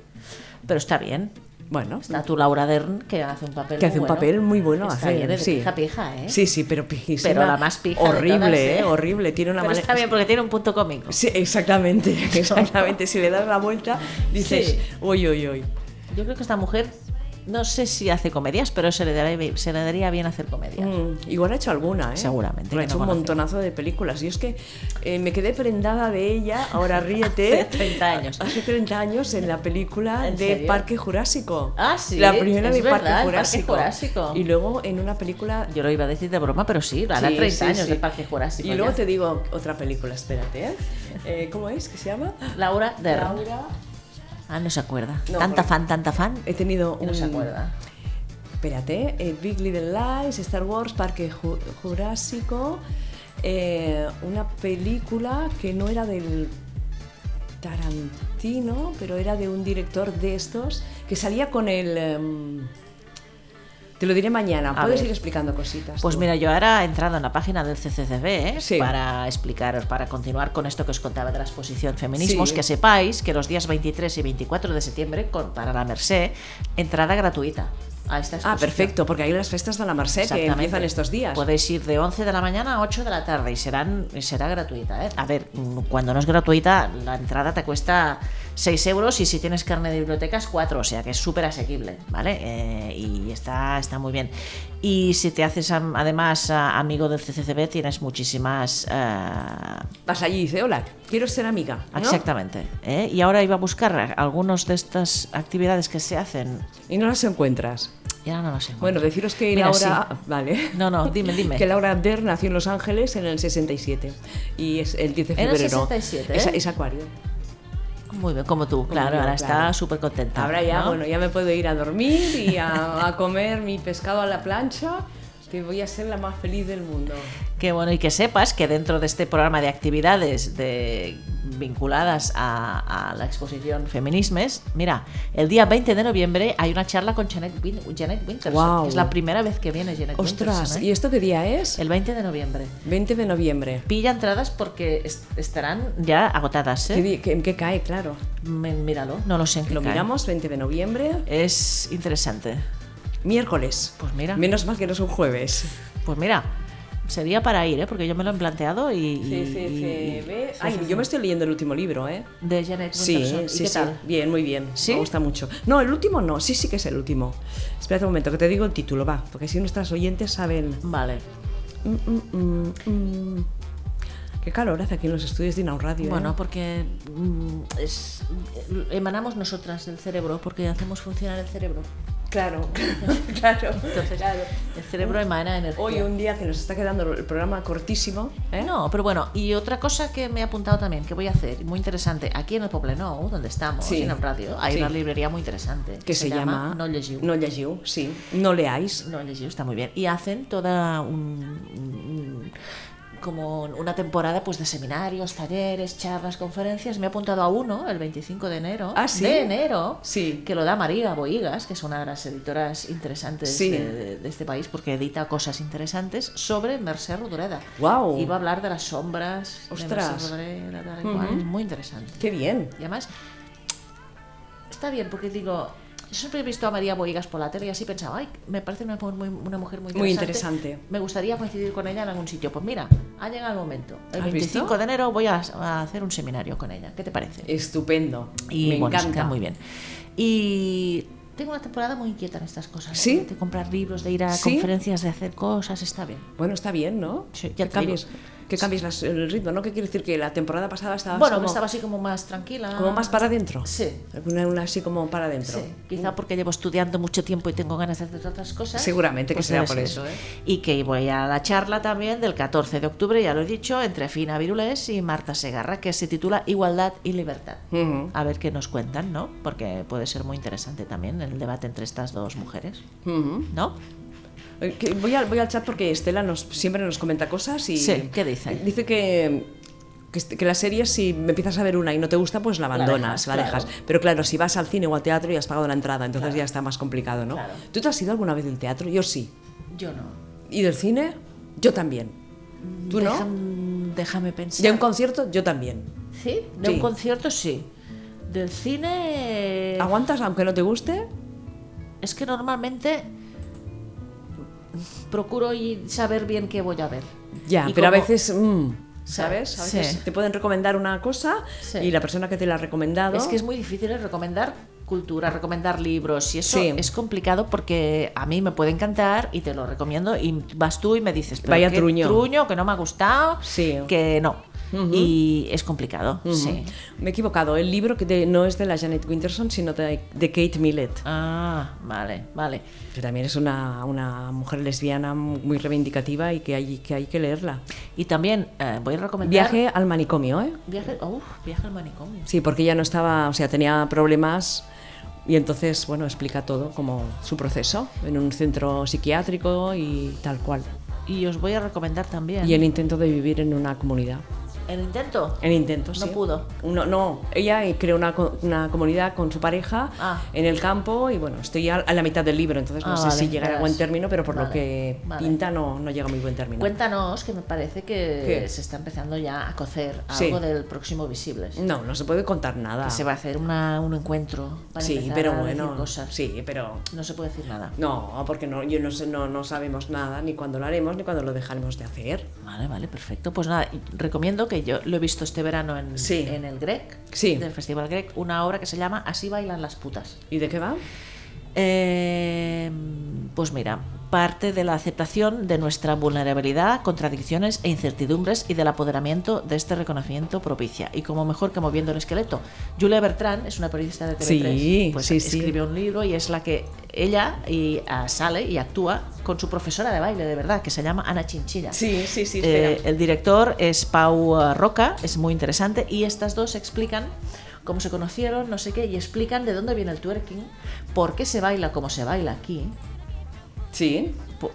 Pero está bien.
Bueno,
Está tu Laura Dern, que hace un papel
que hace
muy
un
bueno.
papel muy bueno.
Está
hace,
bien, es de
sí.
pija pija, ¿eh?
Sí, sí, pero pijísima.
Pero la más pija de
Horrible,
todas,
¿eh?
¿eh?
Horrible. Tiene una
Pero
manera.
está bien porque tiene un punto cómico.
Sí, exactamente, exactamente. Si le das la vuelta, dices,
Sí.
uy, uy, uy.
Yo creo que esta mujer, no sé si hace comedias, pero se le daría, se le daría bien hacer comedias.
Mm, igual ha hecho alguna, ¿eh?
Seguramente,
Ha
que
hecho
no
un
conocemos.
montonazo de películas. Y es que eh, me quedé prendada de ella, ahora ríete.
Hace 30 años.
Hace 30 años en la película
¿En
de
serio?
Parque Jurásico.
Ah, sí,
La primera
es
de
verdad, el
Parque
Parque
Jurásico.
Jurásico.
Y luego en una película.
Yo lo iba a decir de broma, pero sí, hará
Sí,
30
sí,
años
sí.
del Parque Jurásico.
Y luego
ya.
te digo otra película, espérate. ¿eh? Eh, ¿Cómo es? ¿Qué se llama?
Laura Dern.
Laura.
Ah, no se acuerda.
No,
tanta
porque-
fan, tanta fan.
He tenido
y
un.
No se acuerda.
Espérate, eh, Big Little Lies, Star Wars, Parque Ju- Jurásico, eh, una película que no era del Tarantino, pero era de un director de estos que salía con el... em, te lo diré mañana,
A
puedes
ver.
ir explicando cositas.
Pues
tú. Ah,
mira, yo ahora he entrado en la página del CCCB ¿eh?
Sí.
para explicaros, para continuar con esto que os contaba de la exposición Feminismos,
Sí.
que sepáis que los días 23 y 24 de septiembre, con- para la Merced, entrada gratuita a esta
Ah,
exposición.
perfecto, porque hay las festas de la Merced que
pues Exactamente.
empiezan estos días.
Podéis ir de 11 de la mañana a 8 de la tarde y serán, será gratuita. ¿eh? A ver, mm, cuando no es gratuita, la entrada te cuesta 6 euros y si tienes carne de bibliotecas, 4, o sea que es súper asequible, ¿vale? Eh, y está, está muy bien. Y si te haces am- además a- amigo del CCCB, tienes muchísimas... eh,
Vas allí y dices, hola, quiero ser amiga. ¿no?
Exactamente. ¿eh? Y ahora iba a buscar algunas de estas actividades que se hacen.
Y no las encuentras.
Y ahora no lo sé.
Bueno, deciros que
Mira,
Laura.
sí.
Vale.
No, no, dime, dime.
Que Laura Dern nació en Los Ángeles en el 67. Y es el 10 de
En
febrero.
el 67, ¿eh?
Es, es Acuario.
Muy bien, como tú, claro,
yo,
ahora
claro.
está súper contenta.
Ahora ya,
Ah, ¿no?
bueno, ya me puedo ir a dormir y a, a comer mi pescado a la plancha, que voy a ser la más feliz del mundo.
Que bueno, y que sepas que dentro de este programa de actividades de, vinculadas a, a la exposición Feminismes, mira, el día 20 de noviembre hay una charla con Janet, Win- Janet Winterson.
Guau.
que es la primera vez que viene Janet
Ostras,
Winterson, ¿eh?
¿y esto qué día es?
El 20 de noviembre.
20 de noviembre.
Pilla entradas porque est- estarán ya agotadas, ¿eh?
¿Qué di- qué- ¿En qué cae? Claro.
Me- Míralo, no lo sé en qué
Lo
cae.
miramos, 20 de noviembre,
Es interesante.
miércoles.
Pues mira.
Menos mal que no es un jueves.
Pues mira, sería para ir, ¿eh? Porque yo me lo he planteado y... y-
CCCB.
y-
Ay, yo me estoy leyendo el último libro, ¿eh?
De Janet
Sí,
Winterson. ¿Y
sí,
qué
sí.
tal?
Bien, muy bien.
¿Sí?
Me gusta mucho. No, el último no. Sí, sí que es el último. Espérate un momento, que te digo el título, va. Porque si nuestras oyentes saben.
Vale.
Mm, mm, mm, mm. Qué calor hace aquí en los estudios de Inau Radio. ¿eh?
Bueno, porque mm, es- emanamos nosotras del cerebro, porque hacemos funcionar el cerebro.
claro, claro.
Entonces, el cerebro emana energía.
¿eh? Hoy un día que nos está quedando el programa cortísimo.
Eh, No, pero bueno, y otra cosa que me he apuntado también, que voy a hacer, muy interesante, aquí en el Poblenou, donde estamos,
Sí.
en el radio, hay
Sí.
una librería muy interesante
Que se, llama,
No llegiu.
No llegiu, sí. No leáis.
No llegiu, está muy bien. Y hacen toda un, un- como una temporada pues de seminarios, talleres, charlas, conferencias. Me he apuntado a uno el 25 de enero.
Ah, ¿sí?
De enero.
Sí.
Que lo da María Boigas, que es una de las editoras interesantes
Sí.
de, de- de este país, porque edita cosas interesantes sobre Mercè Rodoreda.
Guau.
Y va a hablar de las sombras. de
Ostras.
Mercè Rodoreda, tal y cual.
Ujú.
Muy interesante.
Qué bien.
Y además, está bien, porque digo, yo siempre he visto a María Boigas por la tele y así pensaba, ay, me parece una, mu- muy- una mujer muy interesante.
Muy interesante.
Me gustaría coincidir con ella en algún sitio. Pues mira, ha llegado el momento. El
¿Has
25
visto?
de enero voy a, a hacer un seminario con ella. ¿Qué te parece?
Estupendo.
Y
Eh, Me
bueno, se
encanta.
queda muy bien. Y tengo una temporada muy inquieta en estas cosas. ¿eh?
¿Sí?
De comprar libros, de ir a
¿Sí?
conferencias, de hacer cosas, está bien.
Bueno, está bien, ¿no?
Sí, ya
que
te
cambies,
digo.
que cambies las- el ritmo, ¿no? ¿Qué quiere decir? Que la temporada pasada estabas
bueno,
como,
estaba así como más tranquila.
como más para adentro.
Sí.
Una, una así como para adentro.
Sí, quizá porque llevo estudiando mucho tiempo y tengo ganas de hacer otras cosas.
Seguramente que será
Pues debe
por
ser ¿eh?
eso, ¿eh?
Y que voy a la charla también del 14 de octubre, ya lo he dicho, entre Fina Virulés y Marta Segarra, que se titula Igualdad y Libertad.
Ujú.
A ver qué nos cuentan, ¿no? Porque puede ser muy interesante también el debate entre estas dos mujeres,
Ujú.
¿no?
Eh, que Voy al, voy al chat porque Estela nos, siempre nos comenta cosas y...
Sí, ¿qué dice?
Dice que, que, est- que las series, si empiezas a ver una y no te gusta, pues la abandonas,
dejas,
la dejas.
claro.
Pero claro, si vas al cine o al teatro y has pagado la entrada, entonces ya está más complicado, ¿no?
Claro.
¿Tú te has ido alguna vez del teatro? Yo sí.
Yo no.
¿Y del cine? Yo también. ¿Tú no?
Déjame, déjame pensar.
¿De un concierto? Yo también.
¿Sí? De
Sí.
un concierto, sí. Del cine...
¿Aguantas aunque no te guste?
Es que normalmente procuro ir- saber bien qué voy a ver.
Ya,
Y
pero a
como-
veces, mm, ¿sabes? A
Sí.
veces te pueden recomendar una cosa
Sí.
y la persona que te la ha recomendado.
Es que es muy difícil el recomendar cultura, recomendar libros y eso
Sí.
es complicado porque a mí me puede encantar y te lo recomiendo y vas tú y me dices, pero
Vaya
qué
truño.
que no me ha gustado,
Sí.
que no. Y es complicado, sí.
Me he equivocado. El libro que de- no es de la Janet Winterson, sino de, de Kate Millett,
Ah, vale, vale.
que también es una, una mujer lesbiana muy reivindicativa y que hay que, hay que leerla.
Y también eh, voy a recomendar...
Viaje al manicomio, ¿eh?
Viaje, uf, viaje al manicomio.
Sí, porque ella no estaba, o sea, tenía problemas y entonces, bueno, explica todo como su proceso en un centro psiquiátrico y tal cual.
Y os voy a recomendar también...
Y el Eh, intento de vivir en una comunidad.
¿El intento?
El intento, sí.
No pudo.
No, no. Ella eh, creó una, co- una comunidad con su pareja
Ah.
en el campo y bueno, estoy a, a la mitad del libro, entonces no
Ah,
sé
vale,
si llegará a
verás.
buen término, pero por lo
Vale,
que
vale.
pinta no, no llega a muy buen término.
Cuéntanos que me parece que
¿Qué?
se está empezando ya a cocer
Sí.
algo del próximo Visibles.
No, no se puede contar nada.
Que se va a hacer una- un encuentro para
sí,
empezar
pero
a decir
bueno.
cosas.
Sí, pero.
No se puede decir nada.
No, porque no, yo no, sé, no, no sabemos nada, ni cuándo lo haremos, ni cuándo lo dejaremos de hacer.
Vale, vale, perfecto. Pues nada, y recomiendo que yo lo he visto este verano en,
Sí.
en el Grec,
Sí.
del Festival Grec, una obra que se llama Así bailan las putas.
¿Y de qué va?
Eh, pues mira, parte de la aceptación de nuestra vulnerabilidad, contradicciones e incertidumbres y del apoderamiento de este reconocimiento propicia. Y como mejor que moviendo el esqueleto. Julia Bertrán es una periodista de TV3.
Sí,
pues
sí, sí.
escribe un libro y es la que ella y, ah, sale y actúa con su profesora de baile de verdad, que se llama Ana Chinchilla.
sí, sí,
Eh, el director es Pau eh, Roca, es muy interesante, y estas dos explican cómo se conocieron, no sé qué, y explican de dónde viene el twerking, por qué se baila como se baila aquí,
sí.
po-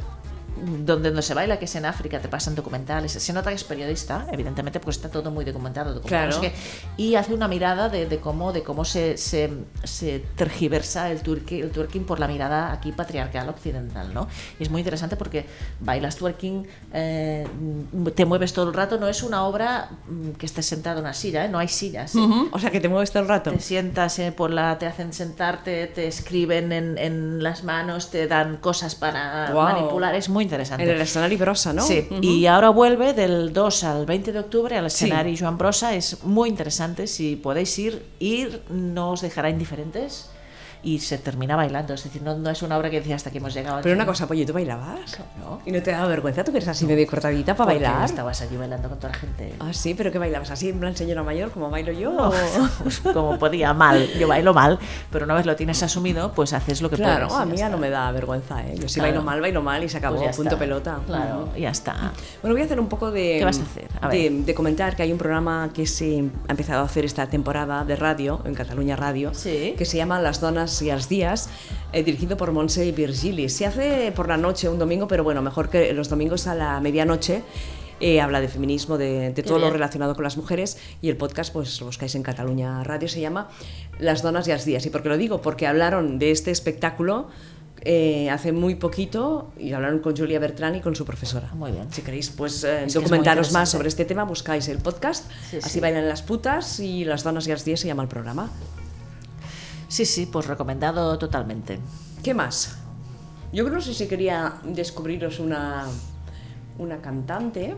donde, donde se baila, que es en África, te pasan documentales, se nota que es periodista, evidentemente, porque está todo muy documentado, documentado,
Claro.
no sé qué, y hace una mirada de, de cómo, de cómo se, se- se tergiversa el twerking, el twerking por la mirada aquí patriarcal occidental, ¿no? Y es muy interesante porque bailas twerking, eh, m- te mueves todo el rato, no es una obra mm, que estés sentado en una silla, ¿eh? no hay sillas,
Ujú, O sea, que te mueves todo el rato.
te sientas eh, por la, te hacen sentarte, te escriben en, en las manos, te dan cosas para
Guau.
manipular. Es muy interesante.
En el escenario brosa, ¿no?
Sí,
Ujú.
y ahora vuelve del 2 al 20 de octubre al
Sí.
escenario Joan Brosa. Es muy interesante. Si podéis ir, ir no os dejará indiferentes. y se termina bailando. Es decir, no, no es una obra que decía hasta que hemos llegado.
Pero una cosa, pollo, ¿tú bailabas?
No.
¿Y no te daba vergüenza? ¿Tú que eres así medio cortadita para
Porque
bailar?
Estabas allí bailando con toda la gente.
Ah, sí, pero ¿qué bailabas? ¿Así en plan señora mayor, como bailo yo? o-
Pues, Como podía, mal. Yo bailo mal, pero una vez lo tienes asumido, pues haces lo que
Claro,
puedes.
a
y ya
mí ya
está.
no me da vergüenza, ¿eh? Yo si
Claro.
bailo mal, bailo mal y se acabó,
Pues ya
punto
está.
pelota.
Claro, ya está.
Bueno, voy a hacer un poco de.
¿Qué vas a hacer? A
de,
ver.
de comentar que hay un programa que se ha empezado a hacer esta temporada de radio, en Cataluña Radio,
Sí.
que se llama Las Donas y los Días, eh, dirigido por Monse Virgili. Se hace por la noche, un domingo, pero bueno, mejor que los domingos a la medianoche. Eh, habla de feminismo, de, de todo lo
bien.
relacionado con las mujeres y el podcast pues lo buscáis en Cataluña Radio, se llama Las Donas y los Días. ¿Y por qué lo digo? Porque hablaron de este espectáculo eh, hace muy poquito y hablaron con Julia Bertrán y con su profesora.
Muy bien.
Si queréis pues
Es
eh,
que es
documentaros
muy
más
interesante.
sobre este tema, buscáis el podcast,
Sí,
así
sí.
bailan las putas y las donas y las 10 se llama el programa.
Sí, sí, pues recomendado totalmente.
¿Qué más? Yo creo que no sé si quería descubriros una, una cantante.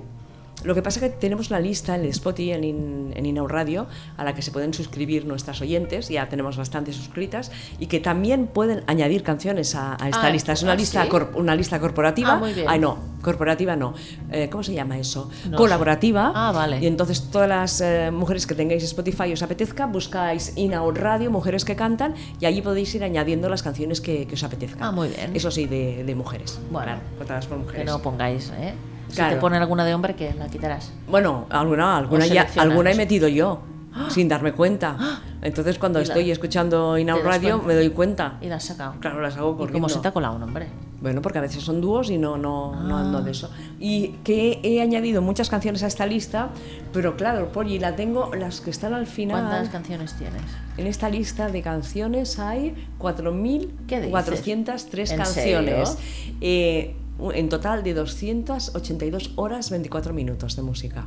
Lo que pasa es que tenemos la lista en Spotify, en, In- en Inau Radio, a la que se pueden suscribir nuestras oyentes, ya tenemos bastantes suscritas, y que también pueden añadir canciones a, a esta
Ah,
lista. Es una,
ah,
lista,
¿sí?
corp- una lista corporativa.
Ah, muy bien.
Ay, no, corporativa no. Eh, ¿Cómo se llama eso?
No
Colaborativa.
sé. Ah, vale.
Y entonces todas las eh, mujeres que tengáis Spotify os apetezca, buscáis Inaud Radio, Mujeres que Cantan, y allí podéis ir añadiendo las canciones que, que os apetezcan.
Ah, muy bien.
Eso sí, de, de mujeres.
Bueno,
Contadas por
que
mujeres.
no pongáis, ¿eh? Si
Claro.
te ponen alguna de hombre, que la quitarás.
Bueno, alguna, alguna,
O
ya,
seleccionados.
alguna he metido yo, sin darme cuenta. Entonces cuando
Ah. Y la-
estoy escuchando Inaud
das
Radio
cuenta.
me doy cuenta.
Y la has sacado.
Claro, las hago
¿Y
corriendo.
cómo se te ha colado un hombre?
Bueno, porque a veces son dúos y no, no,
Ah.
no ando de eso. Y que he añadido muchas canciones a esta lista, pero claro, Polly, la tengo, las que están al final.
¿Cuántas canciones tienes?
En esta lista de canciones hay
¿Qué dices?
4.403
¿En
canciones. Eh, u- en total de 282 horas 24 minutos de música.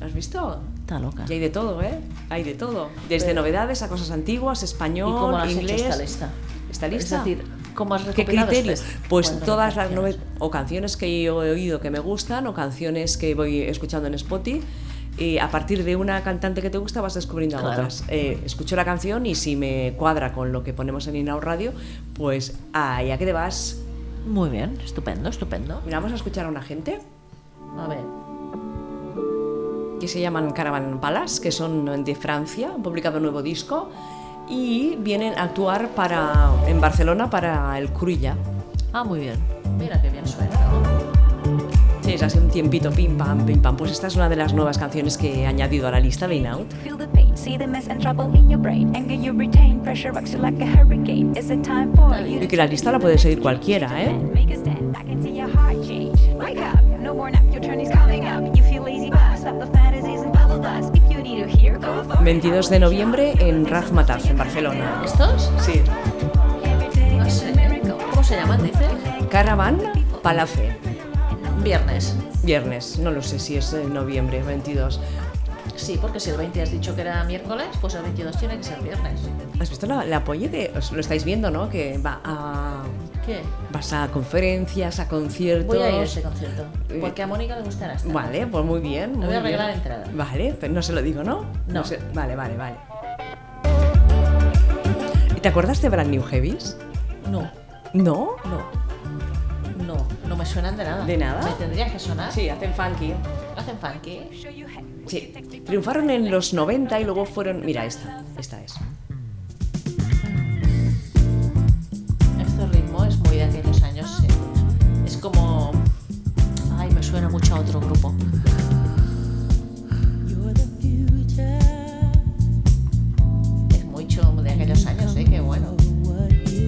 ¿Lo ¿Has visto?
Está loca.
Y hay de todo, ¿eh? Hay de todo. Desde novedades a cosas antiguas, español,
¿Y cómo la has hecho
inglés.
esta lista?
¿Esta lista?
Es decir, ¿cómo has
¿Qué
recopilado
criterios?
estas
Pues
cuatro
todas las
canciones?
nove- o canciones que yo he oído que me gustan o canciones que voy escuchando en Spotify. Y a partir de una cantante que te gusta vas descubriendo a
Claro.
otras. Eh, escucho la canción y si me cuadra con lo que ponemos en Inau Radio, pues ahí a qué te vas.
Muy bien, estupendo, estupendo.
Mira, vamos a escuchar a una gente
A ver.
que se llaman Caravan Palace, que son de Francia, han publicado un nuevo disco y vienen a actuar para, en Barcelona para el Cruilla.
Ah, muy bien. Mira qué bien suena. ¿no?
Sí, es hace un tiempito, pim pam, pim pam. Pues esta es una de las nuevas canciones que he añadido a la lista de Inaut.
Feel the pain, see the mess and trouble in your brain. Anger you retain, pressure rocks you like a hurricane. It's a time for you
Y que la lista la puede seguir cualquiera, ¿eh?
Make a stand, I can see your heart change. Wake up, no more nap, your turn is coming up. You feel lazy, but stop the fantasies and bubble dust. If you need to hear, go for it.
22 de noviembre en Razmataz, en Barcelona.
¿Estos?
Sí.
No sé. ¿Cómo se llaman, dice?
Caravan Palace.
Viernes.
Viernes, no lo sé si es en noviembre, 22.
Sí, porque si el 20 has dicho que era miércoles, pues el 22 tiene que ser viernes.
¿Has visto la, la polla de.? os Lo estáis viendo, ¿no? Que va a.
¿Qué?
Vas a conferencias, a conciertos.
Voy a ir a ese concierto.
Eh,
Porque a Mónica le gustará esta.
Vale, pues muy bien.
voy
muy
a arreglar
bien.
entrada.
Vale, pero no se lo digo, ¿no?
No.
se- vale, vale, vale. ¿Y te acuerdas de Brand New Heavies?
No,
¿No?
no. No, no me suenan de nada.
¿De nada?
¿Me tendrías que sonar?
hacen funky.
¿Hacen funky?
Sí. Triunfaron en los 90 y luego fueron. Mira, esta. Esta es.
Este ritmo es muy de aquellos años, sí. Es como... Ay, me suena mucho a otro grupo. Es mucho de aquellos años, ¿eh? Qué bueno.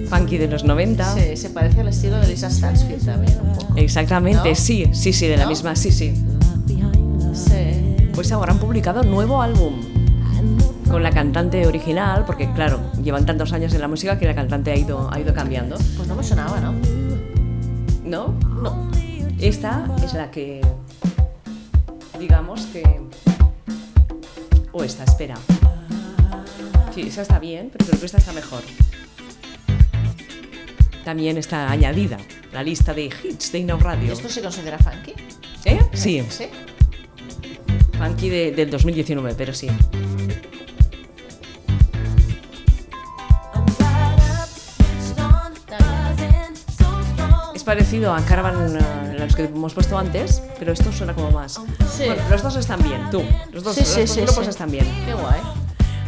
Funky de los 90.
Se, se parece al estilo de Lisa Stansfield también, un poco.
Exactamente,
¿No?
sí, sí, sí, de la
¿No?
misma, sí, sí.
Sí.
Pues ahora han publicado nuevo álbum con la cantante original, porque claro, llevan tantos años en la música que la cantante ha ido, ha ido cambiando,
Pues no me sonaba, ¿no?
¿no?
No.
Esta es la que, digamos que... O esta, espera. Sí, esa está bien, pero creo que esta está mejor. También está añadida la lista de hits de Inau Radio.
¿Esto se considera funky?
¿Eh? Sí,
Sí.
funky de- del 2019, pero sí. parecido a Caravan, eh, los que hemos puesto antes, pero esto suena como más.
Sí.
Bueno, los dos están bien, tú. Los dos,
Sí, sí,
los dos
sí,
grupos
sí.
están bien.
Qué guay.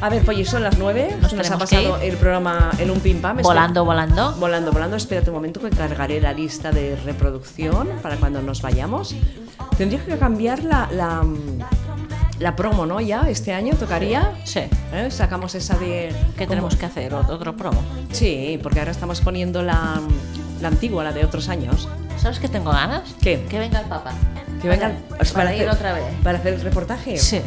A ver, Polly, son las 9.
Nos
Nos, ha
tenemos que
pasado el programa en un pim pam. Espera-
Volando, volando.
Volando, volando. Espérate un momento que cargaré la lista de reproducción para cuando nos vayamos. Tendría que cambiar la, la, mm, la promo, ¿no? Ya este año tocaría.
Sí.
¿Eh? Sacamos esa de.
¿Qué
¿cómo?
tenemos que hacer? Ot- Otro promo.
Sí, porque ahora estamos poniendo la, mm, la antigua, la de otros años.
¿Sabes que tengo ganas?
¿Qué?
Que venga el Papa.
Que venga
Para-
o sea,
pues para ir
hacer-
otra vez.
Para hacer el reportaje.
Sí.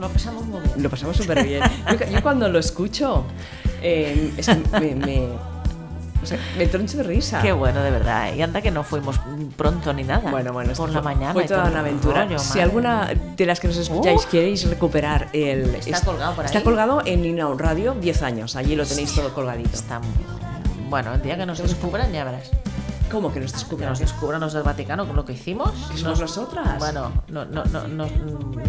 Lo pasamos muy bien.
Lo pasamos súper bien. Yo, yo cuando lo escucho, eh, es que me, me, o sea, me troncho de risa.
Qué bueno, de verdad. ¿eh? Y anda que no fuimos mm, pronto ni nada.
Bueno, bueno, esto
Por la
fue-
mañana.
Fue
y
toda
todo
una
el
aventura.
rollo,
si
madre
alguna
mía.
de las que nos escucháis
Oh.
queréis recuperar el.
Está
es-
colgado por
Está
ahí.
colgado en Inaun Radio 10 años. Allí lo tenéis todo colgadito.
Está muy- Bueno, el día que nos descubran ya verás.
¿Cómo que nos
Que
descubran?
nos descubran los del Vaticano con lo que hicimos.
¿Que somos nosotras?
Bueno, no, no, no, nos-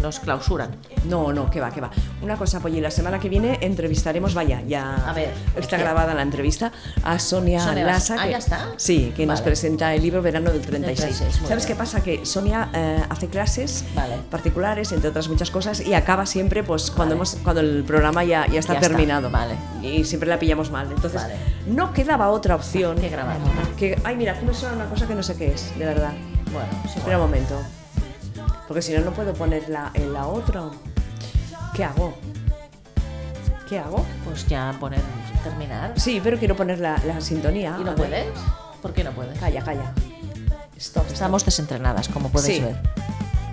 nos clausuran.
No, no, que va, que va. Una cosa, Polly, la semana que viene entrevistaremos, vaya, ya
A ver,
está
¿a quién?
grabada la entrevista a Sonia,
Sonia
Lasa.
Lasa. Ah,
que-
¿ya está?
Sí, que nos
Vale.
presenta el libro Verano del 36.
Del 36, muy
¿Sabes
bien.
qué pasa? Que Sonia eh, hace clases
Vale.
particulares, entre otras muchas cosas, y acaba siempre pues cuando, hemos, cuando el programa ya, ya está
Ya está,
terminado.
vale.
Y siempre la pillamos mal. Entonces,
Vale.
no quedaba otra opción
Que grabar.
que- Ay, mira, cómo suena una cosa que no sé qué es, de verdad.
Bueno, sí,
Espera un momento. Porque si no, no puedo poner la, en la otra. ¿Qué hago? ¿Qué hago?
pues ya poner terminar.
Sí, pero quiero poner la, la sintonía.
¿Y
A
no
ver.
puedes? ¿Por qué no puedes?
Calla, calla. Stop, stop.
Estamos desentrenadas, como puedes
Sí.
ver.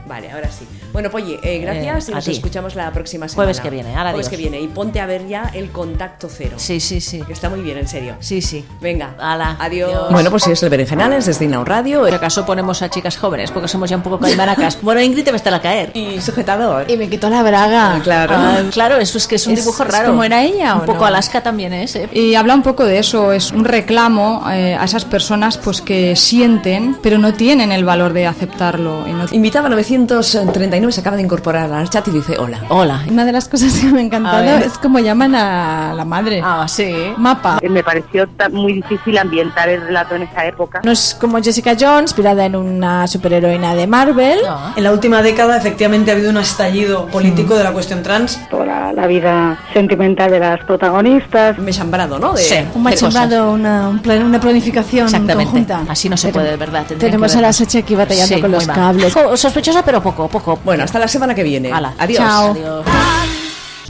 Vale, ahora sí. Bueno, Polly, eh, gracias
Eh,
y
a
nos
ti.
escuchamos la próxima semana.
Jueves que viene, ahora
Jueves
adiós.
que viene. Y ponte a ver ya el contacto cero.
Sí, sí, sí.
Que está muy bien, en serio.
Sí, sí.
Venga.
Hala,
Adiós.
adiós.
Bueno, pues es el Berenjenales, desde Inau Radio.
Por acaso ponemos a chicas jóvenes, porque somos ya un poco calmaracas. Bueno, Ingrid te va a estar a caer.
Y sujetador.
Y me quitó la braga.
Claro.
Ah, claro, eso es que es un
Es-
dibujo
es
raro.
como era ella, ¿o
Un poco
no?
Alaska también es, ¿eh?
Y habla un poco de eso, es un reclamo eh, a esas personas pues que sienten, pero no tienen el valor de aceptarlo. y no-
Invitaba 939, se acaba de incorporar al chat y dice hola.
Hola.
Una de las cosas que me ha
A
encantado
ver.
es como llaman a la madre.
Ah, sí.
Mapa.
Me pareció ta- muy difícil ambientar el relato en esa época.
No es como Jessica Jones, inspirada en una superheroína de Marvel.
No.
En la última década, efectivamente, ha habido un estallido político de la cuestión trans.
La, la vida sentimental de las protagonistas.
Me he chambrado, ¿no? De-
Sí.
Un
Qué cosas.
machembrado, una, un plan- una planificación
Exactamente.
conjunta.
Así no se puede, de verdad. tendrían
Tenemos
que
a la
vernos.
Sachi aquí batallando
Sí,
con los
muy mal.
cables.
Jo, Sospechosa, pero poco, poco.
Bueno, hasta la semana que viene.
Hala.
Adiós.
Chao.
Adiós.
I